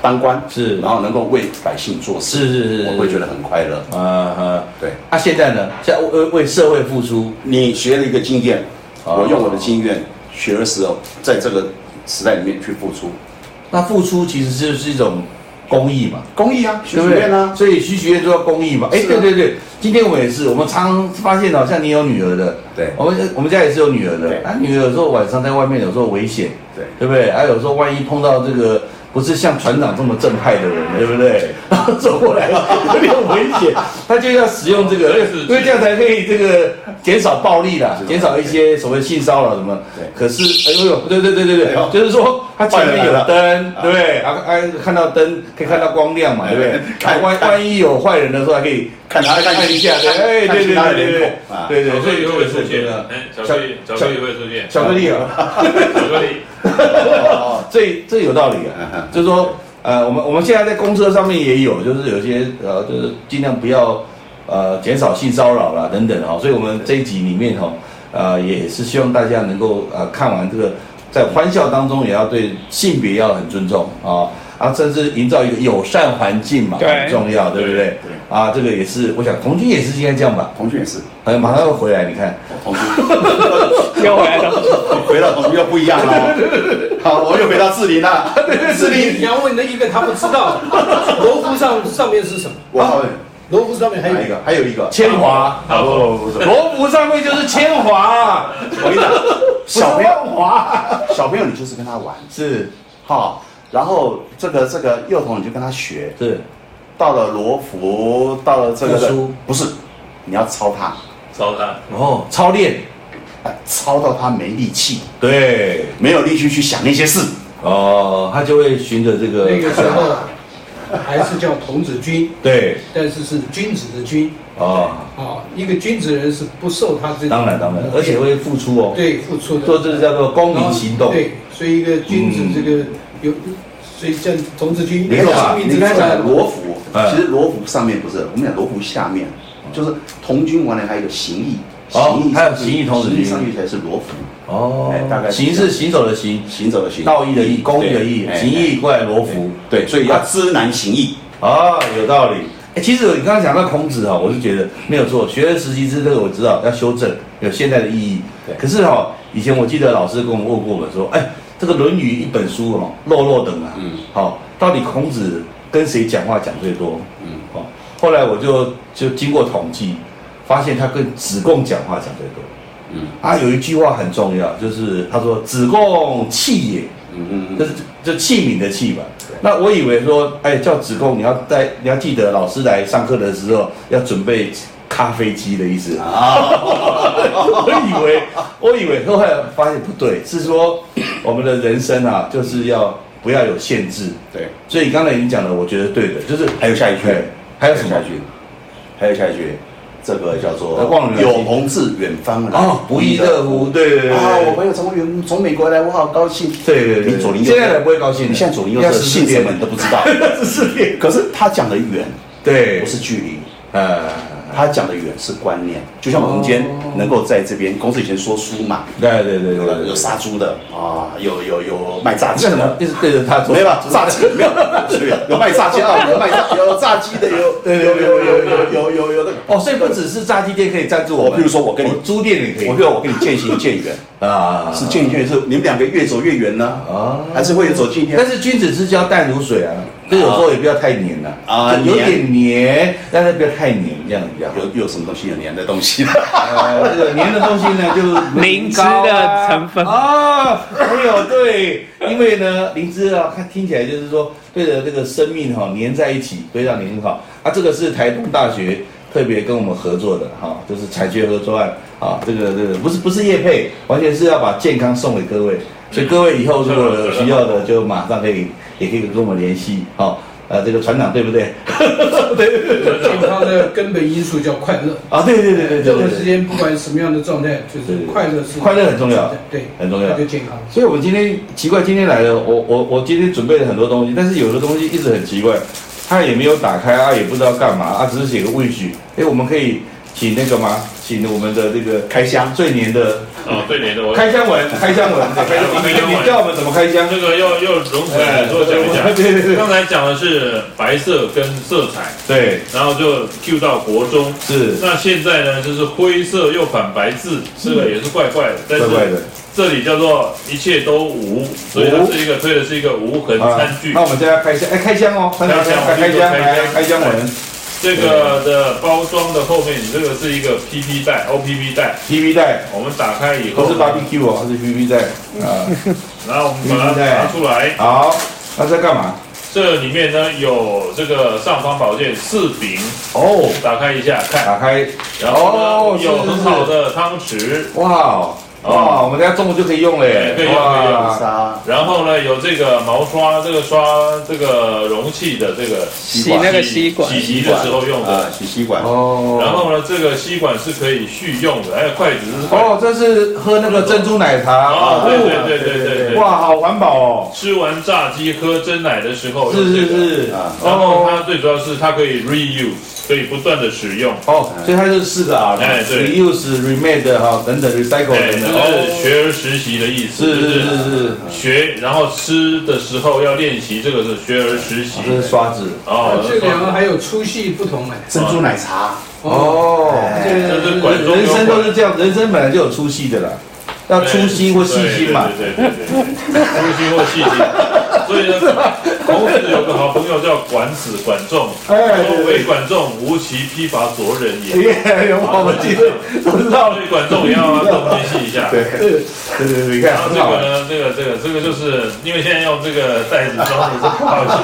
[SPEAKER 5] 当官
[SPEAKER 3] 是
[SPEAKER 5] 然后能够为百姓做事，
[SPEAKER 3] 是是是是
[SPEAKER 5] 我会觉得很快乐。
[SPEAKER 3] 啊哈，
[SPEAKER 5] 对，
[SPEAKER 3] 那现在呢？现在为为社会付出，
[SPEAKER 5] 你学了一个经验，
[SPEAKER 3] 哦
[SPEAKER 5] 我用我的经验学而时哦，在这个时代里面去付出
[SPEAKER 3] 那付出其实就是一种公益嘛。
[SPEAKER 5] 公益啊，学
[SPEAKER 3] 对不
[SPEAKER 5] 学
[SPEAKER 3] 对
[SPEAKER 5] 院啊，
[SPEAKER 3] 所以许许愿做到公益嘛。哎、
[SPEAKER 5] 是啊
[SPEAKER 3] 对对对，今天我也是，我们常发现好像你有女儿的，
[SPEAKER 5] 对
[SPEAKER 3] 我们我们家也是有女儿
[SPEAKER 5] 对
[SPEAKER 3] 的，那、啊女儿有时候晚上在外面有时候危险，
[SPEAKER 5] 对
[SPEAKER 3] 对不对？还、有时候万一碰到这个。不是像船长这么正派的人，对不对？然后 走过来了，有点危险，他就要使用这个，
[SPEAKER 4] 所以是
[SPEAKER 3] 因为这样才可以这个减少暴力啦，
[SPEAKER 5] 是
[SPEAKER 3] 减少一些所谓性骚扰什么。
[SPEAKER 5] 对
[SPEAKER 3] 可是，哎呦呦，对对对对对
[SPEAKER 5] 哎呦，
[SPEAKER 3] 就是说他前面有
[SPEAKER 5] 坏人来了
[SPEAKER 3] 灯，对不对？啊啊，看到灯可以看到光亮嘛，对不 对？看
[SPEAKER 5] 看
[SPEAKER 3] 万万一有坏人的时候，还可以
[SPEAKER 5] 看他看
[SPEAKER 3] 看一下，对，哎，对
[SPEAKER 5] 看
[SPEAKER 3] 对
[SPEAKER 5] 其
[SPEAKER 3] 对
[SPEAKER 5] 他的
[SPEAKER 3] 对对
[SPEAKER 5] 脸孔啊，
[SPEAKER 3] 对对，
[SPEAKER 4] 巧克
[SPEAKER 3] 所以
[SPEAKER 4] 力
[SPEAKER 3] 就
[SPEAKER 4] 会
[SPEAKER 3] 会
[SPEAKER 4] 不会
[SPEAKER 3] 出
[SPEAKER 4] 出
[SPEAKER 3] 现
[SPEAKER 4] 现
[SPEAKER 3] 了。
[SPEAKER 4] 哎，巧克力，巧克力会出现，
[SPEAKER 3] 巧克力啊，
[SPEAKER 4] 巧克力，
[SPEAKER 3] 哦这 这有道理啊，就是说，呃，我们我们现在在公车上面也有，就是有些呃，就是尽量不要呃减少性骚扰啦等等哈、所以我们这一集里面哈、呃，也是希望大家能够呃看完这个，在欢笑当中也要对性别要很尊重啊。啊，甚至营造一个友善环境嘛，
[SPEAKER 2] 对
[SPEAKER 3] 很重要，对不对？
[SPEAKER 5] 对
[SPEAKER 3] 啊，这个也是，我想童军也是应该这样吧。
[SPEAKER 5] 同学也是，
[SPEAKER 3] 哎，马上要回来，你看，
[SPEAKER 5] 我同学
[SPEAKER 2] 又回来了。
[SPEAKER 5] 回到同学又不一样了哦。好，我又回到志玲了，志
[SPEAKER 6] 你
[SPEAKER 5] 玲，
[SPEAKER 6] 要问的一个他不知道，罗浮上上面是什么？
[SPEAKER 5] 我好
[SPEAKER 6] 罗浮上面还有
[SPEAKER 5] 哪一个？还有一个
[SPEAKER 3] 千华，
[SPEAKER 4] 好不不不，
[SPEAKER 3] 罗浮上面就是千华，
[SPEAKER 5] 我跟你讲，小朋友，
[SPEAKER 3] 万华，
[SPEAKER 5] 小朋友你就是跟他玩，
[SPEAKER 3] 是
[SPEAKER 5] 哈，然后这个这个幼童你就跟他学，
[SPEAKER 3] 是
[SPEAKER 5] 到了罗浮，到了这个
[SPEAKER 3] 付出
[SPEAKER 5] 不是，你要操他，
[SPEAKER 4] 超他，
[SPEAKER 3] 哦，操练，
[SPEAKER 5] 哎操到他没力气，
[SPEAKER 3] 对，
[SPEAKER 5] 没有力气去想那些事。
[SPEAKER 3] 哦，他就会循着这个，
[SPEAKER 6] 那个时候啊还是叫童子军，
[SPEAKER 3] 对，
[SPEAKER 6] 但是是君子的君
[SPEAKER 3] 哦，
[SPEAKER 6] 啊，一个君子人是不受他这种呃
[SPEAKER 3] 当然当然，而且会付出哦，
[SPEAKER 6] 对付出的
[SPEAKER 3] 做这个叫做公民行动，
[SPEAKER 6] 对，所以一个君子
[SPEAKER 3] 嗯
[SPEAKER 6] 这个有，所以叫童子军，哎
[SPEAKER 3] 没
[SPEAKER 5] 你看
[SPEAKER 3] 错吧
[SPEAKER 5] 讲，
[SPEAKER 6] 名
[SPEAKER 5] 你
[SPEAKER 6] 字
[SPEAKER 5] 刚才
[SPEAKER 6] 出
[SPEAKER 5] 讲
[SPEAKER 6] 来
[SPEAKER 5] 的
[SPEAKER 6] 了
[SPEAKER 5] 罗浮，
[SPEAKER 3] 哎
[SPEAKER 5] 其实罗浮上面不是，我们讲罗浮下面，就是童军完了还有一个行义，
[SPEAKER 3] 哦
[SPEAKER 5] 行义
[SPEAKER 3] 还有行义童子军
[SPEAKER 5] 行义上去才是罗浮，
[SPEAKER 3] 哦
[SPEAKER 5] 哎，大概是
[SPEAKER 3] 行是行走的行，
[SPEAKER 5] 行走的行，
[SPEAKER 3] 嗯道义的义，公益的义，
[SPEAKER 5] 对
[SPEAKER 3] 行义过来罗浮，
[SPEAKER 5] 对，所以要知难行义，
[SPEAKER 3] 啊，有道理。哎，其实你刚刚讲到孔子哈、我是觉得没有错，学而时习之这个我知道要修正，有现在的意义
[SPEAKER 5] 对。
[SPEAKER 3] 可是哈、以前我记得老师跟我们问过我们说，哎，这个《论语》一本书哦，落落等啊，
[SPEAKER 5] 嗯
[SPEAKER 3] 好、到底孔子跟谁讲话讲最多？
[SPEAKER 5] 嗯，
[SPEAKER 3] 哦，后来我就就经过统计，发现他跟子贡讲话讲最多。
[SPEAKER 5] 嗯
[SPEAKER 3] 啊，有一句话很重要，就是他说“子贡器也”，
[SPEAKER 5] 嗯
[SPEAKER 3] 就，是就器皿的器嘛。那我以为说，哎，叫子贡，你要带，你要记得老师来上课的时候要准备咖啡机的意思。
[SPEAKER 5] 啊，
[SPEAKER 3] 我以为，我以为，后来发现不对，是说我们的人生啊，就是要不要有限制。
[SPEAKER 5] 对，
[SPEAKER 3] 所以刚才已经讲了，我觉得对的，就是
[SPEAKER 5] 还有下一句
[SPEAKER 3] 哎，还有什么
[SPEAKER 5] 下一句？还有下一句，这个叫做
[SPEAKER 3] 哎忘了
[SPEAKER 5] 有朋自远方来，
[SPEAKER 3] 哦，不亦乐乎，对对对对
[SPEAKER 5] 啊，我 朋友从远从美国来，我好高兴。
[SPEAKER 3] 对对对，
[SPEAKER 5] 你左邻右
[SPEAKER 3] 现在
[SPEAKER 5] 舍
[SPEAKER 3] 人不会高兴的，
[SPEAKER 5] 你现在左邻右舍姓什么你都不知道，
[SPEAKER 3] 十四遍，
[SPEAKER 5] 可是他讲的远
[SPEAKER 3] 对，
[SPEAKER 5] 不是距离，
[SPEAKER 3] 呃，
[SPEAKER 5] 他讲的远是观念。就像我们今天能够在这边，公司以前说书嘛，
[SPEAKER 3] 对对对
[SPEAKER 5] 有
[SPEAKER 3] 对，
[SPEAKER 5] 有杀猪的啊，有有有卖炸
[SPEAKER 3] 你
[SPEAKER 5] 鸡
[SPEAKER 3] 干什么
[SPEAKER 5] 的，
[SPEAKER 3] 一直对着他说？
[SPEAKER 5] 没有吧？炸鸡没有，随便有卖炸鸡啊，有卖炸有炸鸡的，有
[SPEAKER 3] 对对
[SPEAKER 5] 有
[SPEAKER 3] 对
[SPEAKER 5] 有有有有有有那个。
[SPEAKER 3] 哦，所以不只是炸鸡店可以赞助我
[SPEAKER 5] 我
[SPEAKER 3] 们，
[SPEAKER 5] 譬如说我跟你
[SPEAKER 3] 哦猪店也可以，
[SPEAKER 5] 我觉得我跟你渐行渐远，
[SPEAKER 3] 啊
[SPEAKER 5] 是渐行渐远，是你们两个越走越远呢，
[SPEAKER 3] 啊，
[SPEAKER 5] 还是会走近一点
[SPEAKER 3] 但？是君子之交淡如水啊，就有时候也不要太黏了
[SPEAKER 5] 啊
[SPEAKER 3] 就有点黏，但是不要太黏，这样比较好。
[SPEAKER 5] 有有什么东西有粘的东西呢？
[SPEAKER 3] 呃，这个黏的东西呢，就
[SPEAKER 2] 灵芝
[SPEAKER 3] 膏
[SPEAKER 2] 的
[SPEAKER 3] 啊
[SPEAKER 2] 成 分
[SPEAKER 3] 啊，没有对，因为呢，灵芝啊，它听起来就是说对着这个生命哈、粘在一起，会让你很好啊。这个是台东大学特别跟我们合作的哈、就是产学合作案啊，这个这个不是不是业配，完全是要把健康送给各位，所以各位以后如果有需要的，就马上可以也可以跟我们联系好、啊，这个船长对不对？
[SPEAKER 6] 健康的根本因素叫快乐。
[SPEAKER 3] 啊，对对对对对
[SPEAKER 6] 任何
[SPEAKER 3] 对
[SPEAKER 6] 时
[SPEAKER 3] 对。
[SPEAKER 6] 间，不管什么样的状态，就
[SPEAKER 3] 对
[SPEAKER 6] 是
[SPEAKER 3] 对
[SPEAKER 6] 快乐是
[SPEAKER 3] 快乐很重要
[SPEAKER 6] 对，
[SPEAKER 3] 很重要
[SPEAKER 6] 那就健康。
[SPEAKER 3] 所以我们今天奇怪，今天来了，我我我今天准备了很多东西，但是有的东西一直很奇怪，它也没有打开啊，也不知道干嘛啊，只是写个问句。哎，我们可以请那个吗？请我们的这个
[SPEAKER 5] 开箱
[SPEAKER 3] 最年的
[SPEAKER 4] 哦，对你的我
[SPEAKER 3] 开箱文，开箱文，对开箱
[SPEAKER 4] 开箱
[SPEAKER 3] 文，
[SPEAKER 4] 文
[SPEAKER 3] 你你教我们怎么开箱？
[SPEAKER 4] 这个要要容许
[SPEAKER 3] 哎，
[SPEAKER 4] 多讲一
[SPEAKER 3] 对
[SPEAKER 4] 讲。
[SPEAKER 3] 对对对
[SPEAKER 4] 刚才讲的是白色跟色彩，
[SPEAKER 3] 对，
[SPEAKER 4] 然后就 Q 到国中。
[SPEAKER 3] 是
[SPEAKER 4] 那现在呢，就是灰色又反白字，这个也是怪怪的，但
[SPEAKER 3] 怪怪
[SPEAKER 4] 是
[SPEAKER 3] 的。
[SPEAKER 4] 这里叫做一切都无，所以它是一个推的是一个无痕餐具
[SPEAKER 3] 啊那。我们现在开箱，哎，开箱哦，开箱，开箱，来开箱文
[SPEAKER 4] 这个的包装的后面，你这个是一个 PP 袋，OPP 袋。
[SPEAKER 3] ，PV 带，
[SPEAKER 4] 我们打开以
[SPEAKER 3] 不
[SPEAKER 4] 后
[SPEAKER 3] 是，BBQ 哦，它是 PV 带啊。
[SPEAKER 4] 然后我们把
[SPEAKER 3] PP
[SPEAKER 4] 它
[SPEAKER 3] 袋
[SPEAKER 4] 拿出来，
[SPEAKER 3] 好，那在干嘛？
[SPEAKER 4] 这里面呢有这个尚方宝剑四柄，
[SPEAKER 3] 哦，
[SPEAKER 4] 打开一下看，
[SPEAKER 3] 打开，
[SPEAKER 4] 然后
[SPEAKER 3] 啊哦
[SPEAKER 4] 呢
[SPEAKER 3] 是
[SPEAKER 4] 有
[SPEAKER 3] 是
[SPEAKER 4] 很
[SPEAKER 3] 是
[SPEAKER 4] 好的汤匙，
[SPEAKER 3] 哇哦哇，我们等下中午就可以用嘞，哇，
[SPEAKER 5] 沙
[SPEAKER 4] 然后呢有这个毛刷，这个刷这个容器的这个
[SPEAKER 2] 洗那个吸管，
[SPEAKER 4] 洗洗的时候用
[SPEAKER 5] 啊，
[SPEAKER 4] 的，
[SPEAKER 5] 洗吸管，
[SPEAKER 3] 哦，
[SPEAKER 4] 然后呢这个吸管是可以续用的，还有筷子是筷子，
[SPEAKER 3] 哦，啊这是喝那个珍珠奶
[SPEAKER 4] 哦
[SPEAKER 3] 茶，
[SPEAKER 4] 对对对对对对，
[SPEAKER 3] 哇，好环保哦，
[SPEAKER 4] 吃完炸鸡喝真奶的时候
[SPEAKER 3] 是
[SPEAKER 4] 用这
[SPEAKER 3] 是
[SPEAKER 4] 个。
[SPEAKER 3] 是，哦
[SPEAKER 4] 然后它最主要是它可以 reuse，可以不断的使用，
[SPEAKER 3] 哦，所以它是四个啊，reuse、remade 哈等等，recycle
[SPEAKER 4] 哎，这
[SPEAKER 3] 等等，
[SPEAKER 4] 是学而时习的意思，
[SPEAKER 3] 是
[SPEAKER 4] 就是
[SPEAKER 3] 哦是是，
[SPEAKER 4] 学，然后吃的时候要练习，这个是学而时习。
[SPEAKER 3] 这啊是刷子
[SPEAKER 4] 哦，
[SPEAKER 6] 啊这两个还有粗细不同 哎。
[SPEAKER 5] 珍珠奶茶，
[SPEAKER 3] 哦。
[SPEAKER 4] 这是管中
[SPEAKER 3] 人
[SPEAKER 4] 有
[SPEAKER 3] 生都是
[SPEAKER 4] 管，
[SPEAKER 3] 这样，人生本来就有粗细的啦，要粗心或细心嘛。
[SPEAKER 4] 对对对对对，粗心或细心。所以呢，孔子有个好朋友叫管子管仲，
[SPEAKER 3] 哎，
[SPEAKER 4] 说为管仲，无其披发着人也。
[SPEAKER 3] 耶，我们记得我知道
[SPEAKER 4] 所以管仲也要洞悉一下。
[SPEAKER 3] 对对对对，你看
[SPEAKER 4] 然后
[SPEAKER 3] 很
[SPEAKER 4] 这
[SPEAKER 3] 好
[SPEAKER 4] 个
[SPEAKER 3] 玩。
[SPEAKER 4] 呢，这个这个这个就是因为现在用这个袋子装的是泡纸，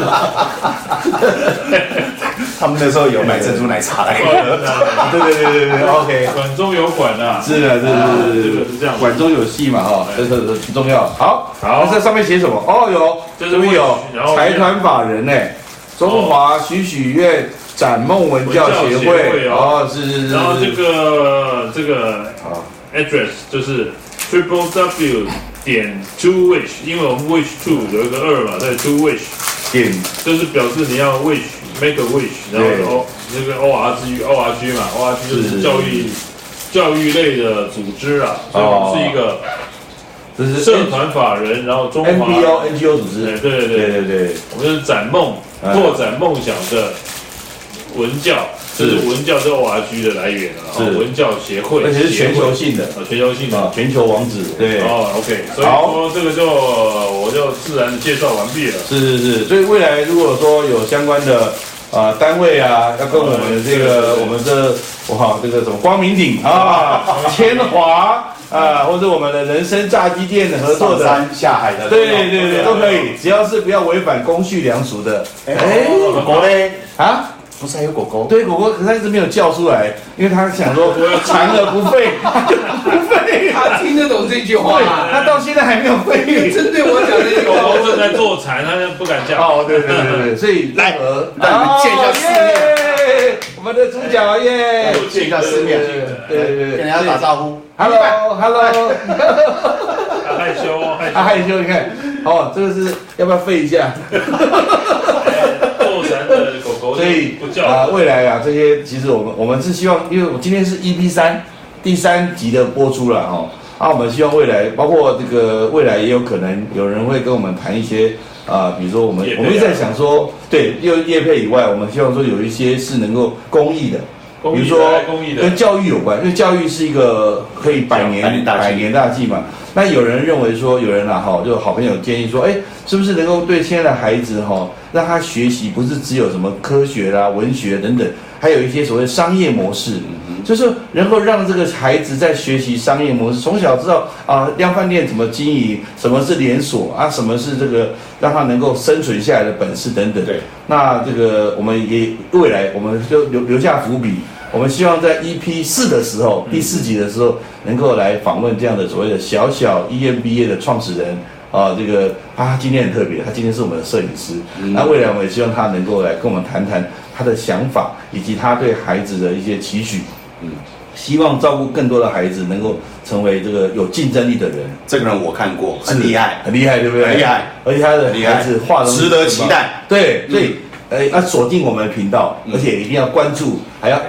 [SPEAKER 5] 他们那时候有买珍珠奶茶来。
[SPEAKER 3] 对对对对对，OK。
[SPEAKER 4] 管中有管啊。
[SPEAKER 3] 是啊，是是是
[SPEAKER 4] 这个
[SPEAKER 3] 是
[SPEAKER 4] 是这样
[SPEAKER 3] 管中有戏嘛哈，这个很重要。好，
[SPEAKER 4] 好
[SPEAKER 3] 那这上面写什么？哦，有，
[SPEAKER 4] 这是
[SPEAKER 3] 这边有
[SPEAKER 4] 然后
[SPEAKER 3] 财团法人呢，中华许许愿展梦文教协
[SPEAKER 4] 文教协
[SPEAKER 3] 会。
[SPEAKER 4] 会哦
[SPEAKER 3] 哦，是是是
[SPEAKER 4] 然后这
[SPEAKER 3] 是。
[SPEAKER 4] 个这个
[SPEAKER 3] 好
[SPEAKER 4] address 就是 triple w 点 two wish，因为我们 wish two 有一个二嘛，对 two wish
[SPEAKER 3] 点
[SPEAKER 4] 就是表示你要 wish make a wish，然
[SPEAKER 3] 对
[SPEAKER 4] 后 o 那个 o r g o r g 嘛，o r g 就是是教育教育类的组织啊，所以我们是一个
[SPEAKER 3] 这哦是
[SPEAKER 4] 社团法人，然后中华哎
[SPEAKER 3] NPO NGO 组
[SPEAKER 4] 对
[SPEAKER 3] 织。
[SPEAKER 4] 对对
[SPEAKER 3] 对
[SPEAKER 4] 对，
[SPEAKER 3] 对对，
[SPEAKER 4] 我们是展梦
[SPEAKER 3] 哎
[SPEAKER 4] 拓展梦想的文教，这是文教这 O R G 的来源啊，
[SPEAKER 3] 是
[SPEAKER 4] 文教协会，
[SPEAKER 3] 而且是全
[SPEAKER 4] 协会
[SPEAKER 3] 球性的。
[SPEAKER 4] 啊，全球性
[SPEAKER 3] 啊
[SPEAKER 4] 的。，
[SPEAKER 3] 全球王子，对，
[SPEAKER 4] 哦，OK，所以
[SPEAKER 3] 好
[SPEAKER 4] 说这个就我就自然介绍完毕了。
[SPEAKER 3] 是是是，所以未来如果说有相关的呃单位啊，要跟我们这个
[SPEAKER 4] 对对对
[SPEAKER 3] 我们这我好这个什么光明顶 啊、千华啊，或者我们的人参炸鸡店合作
[SPEAKER 5] 上
[SPEAKER 3] 的，
[SPEAKER 5] 山下海的，
[SPEAKER 3] 对对对都可以，只要是不要违反公序良俗的。哎
[SPEAKER 5] 狗狗嘞，
[SPEAKER 3] 啊，
[SPEAKER 5] 不是还有狗狗？
[SPEAKER 3] 对，果果可是他一直没有叫出来，因为他想说残而不 废，不废。
[SPEAKER 6] 他听得懂这句话
[SPEAKER 3] 对
[SPEAKER 6] 吗，？
[SPEAKER 3] 他到现在还没有 废。
[SPEAKER 6] 针对我讲的一
[SPEAKER 4] 狗
[SPEAKER 6] 个，
[SPEAKER 4] 狗正在做禅，它不敢讲。
[SPEAKER 3] 哦，对对对对，所以
[SPEAKER 5] 来
[SPEAKER 3] 呃
[SPEAKER 5] 让你们见一下世面，
[SPEAKER 3] 面。哦我们的主角耶！
[SPEAKER 5] 来见一下世面，
[SPEAKER 3] 对对对，
[SPEAKER 5] 跟人家打招呼。
[SPEAKER 3] Hello，Hello，啊
[SPEAKER 4] 它害羞哦，害 羞
[SPEAKER 3] 他。害羞，你看，哦，这个是要不要废一下？
[SPEAKER 4] 做禅的狗狗
[SPEAKER 3] 所以
[SPEAKER 4] 就不
[SPEAKER 3] 啊、
[SPEAKER 4] 叫了。
[SPEAKER 3] 未来啊，这些其实我们我们是希望，因为我今天是 EP 三第三集的播出了哈、啊，我们希望未来，包括这个未来也有可能有人会跟我们谈一些啊、比如说我们、
[SPEAKER 4] 业配啊
[SPEAKER 3] 我们一直在想说，对，又业配以外，我们希望说有一些是能够公益的，
[SPEAKER 4] 公
[SPEAKER 3] 啊比
[SPEAKER 4] 益
[SPEAKER 3] 如
[SPEAKER 4] 的
[SPEAKER 3] 说
[SPEAKER 4] 爱公益的
[SPEAKER 3] 跟，教育有关，因为教育是一个可以百
[SPEAKER 5] 百
[SPEAKER 3] 年
[SPEAKER 5] 年大计
[SPEAKER 3] 百年大计嘛。那有人认为说，有人啊哈，就好朋友建议说，哎，是不是能够对现在的孩子哈，让他学习不是只有什么科学啦、文学等等，还有一些所谓商业模式，就是能够让这个孩子在学习商业模式，从小知道啊量贩店怎么经营，什么是连锁啊，什么是这个让他能够生存下来的本事等等。
[SPEAKER 5] 对，
[SPEAKER 3] 那这个我们也未来我们就留留下伏笔，我们希望在 EP 四的时 E 候，第四集的时候，能够来访问这样的所谓的小小 EMBA 的创始人啊，这个啊，今天很特别，他今天是我们的摄影师。那未来我们也希望他能够来跟我们谈谈他的想法，以及他对孩子的一些期许。嗯，希望照顾更多的孩子能够成为这个有竞争力的人。
[SPEAKER 5] 这个人我看过，很
[SPEAKER 3] 是
[SPEAKER 5] 厉害，
[SPEAKER 3] 很厉害，对不对？
[SPEAKER 5] 很厉害，
[SPEAKER 3] 而且他的
[SPEAKER 5] 很厉害
[SPEAKER 3] 孩子画龙
[SPEAKER 5] 值得期待。
[SPEAKER 3] 对，
[SPEAKER 5] 嗯
[SPEAKER 3] 所以呃，要锁定我们的频道，
[SPEAKER 5] 嗯
[SPEAKER 3] 而且一定要关注，还要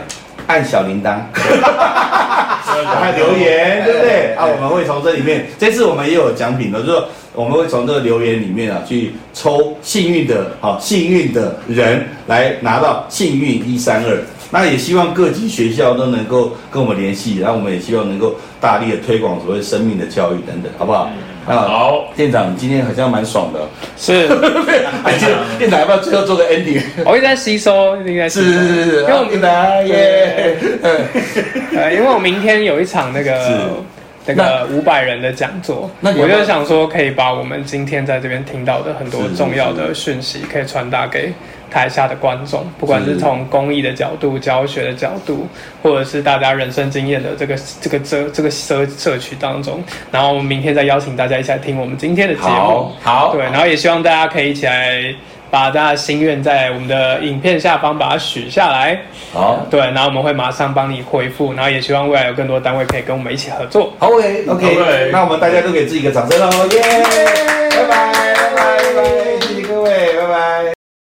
[SPEAKER 3] 按小铃 铛，还有留言，对不对？啊，我们会从这里面，这次我们也有奖品的，就是说我们会从这个留言里面啊去抽幸运的，好、幸运的人来拿到幸运一三二。那也希望各级学校都能够跟我们联系，然后我们也希望能够大力的推广所谓生命的教育等等，好不好？啊，
[SPEAKER 4] 好，
[SPEAKER 3] 店长今天好像蛮爽的，
[SPEAKER 2] 是，
[SPEAKER 3] 哎，店店长要不要最后做个 ending？
[SPEAKER 2] 我一直在吸收，一直在吸收，
[SPEAKER 3] 是是
[SPEAKER 2] 因为我们
[SPEAKER 3] 店长耶，
[SPEAKER 2] 呃，因为我明天有一场那个那个五百人的讲座，
[SPEAKER 3] 那你要
[SPEAKER 2] 我
[SPEAKER 3] 不要
[SPEAKER 2] 就想说可以把我们今天在这边听到的很多重要的讯息，可以传达给台下的观众，不管是从公益的角度、教学的角度，或者是大家人生经验的这个这个这这个社社区当中，然后我们明天再邀请大家一起来听我们今天的节目
[SPEAKER 3] 好。好
[SPEAKER 2] 对，，然后也希望大家可以一起来把大家的心愿在我们的影片下方把它许下来。
[SPEAKER 3] 好
[SPEAKER 2] 对，然后我们会马上帮你回复，然后也希望未来有更多单位可以跟我们一起合作。
[SPEAKER 3] 好，OK OK，
[SPEAKER 4] OK
[SPEAKER 3] 那我们大家都给自己一个掌声喽，耶！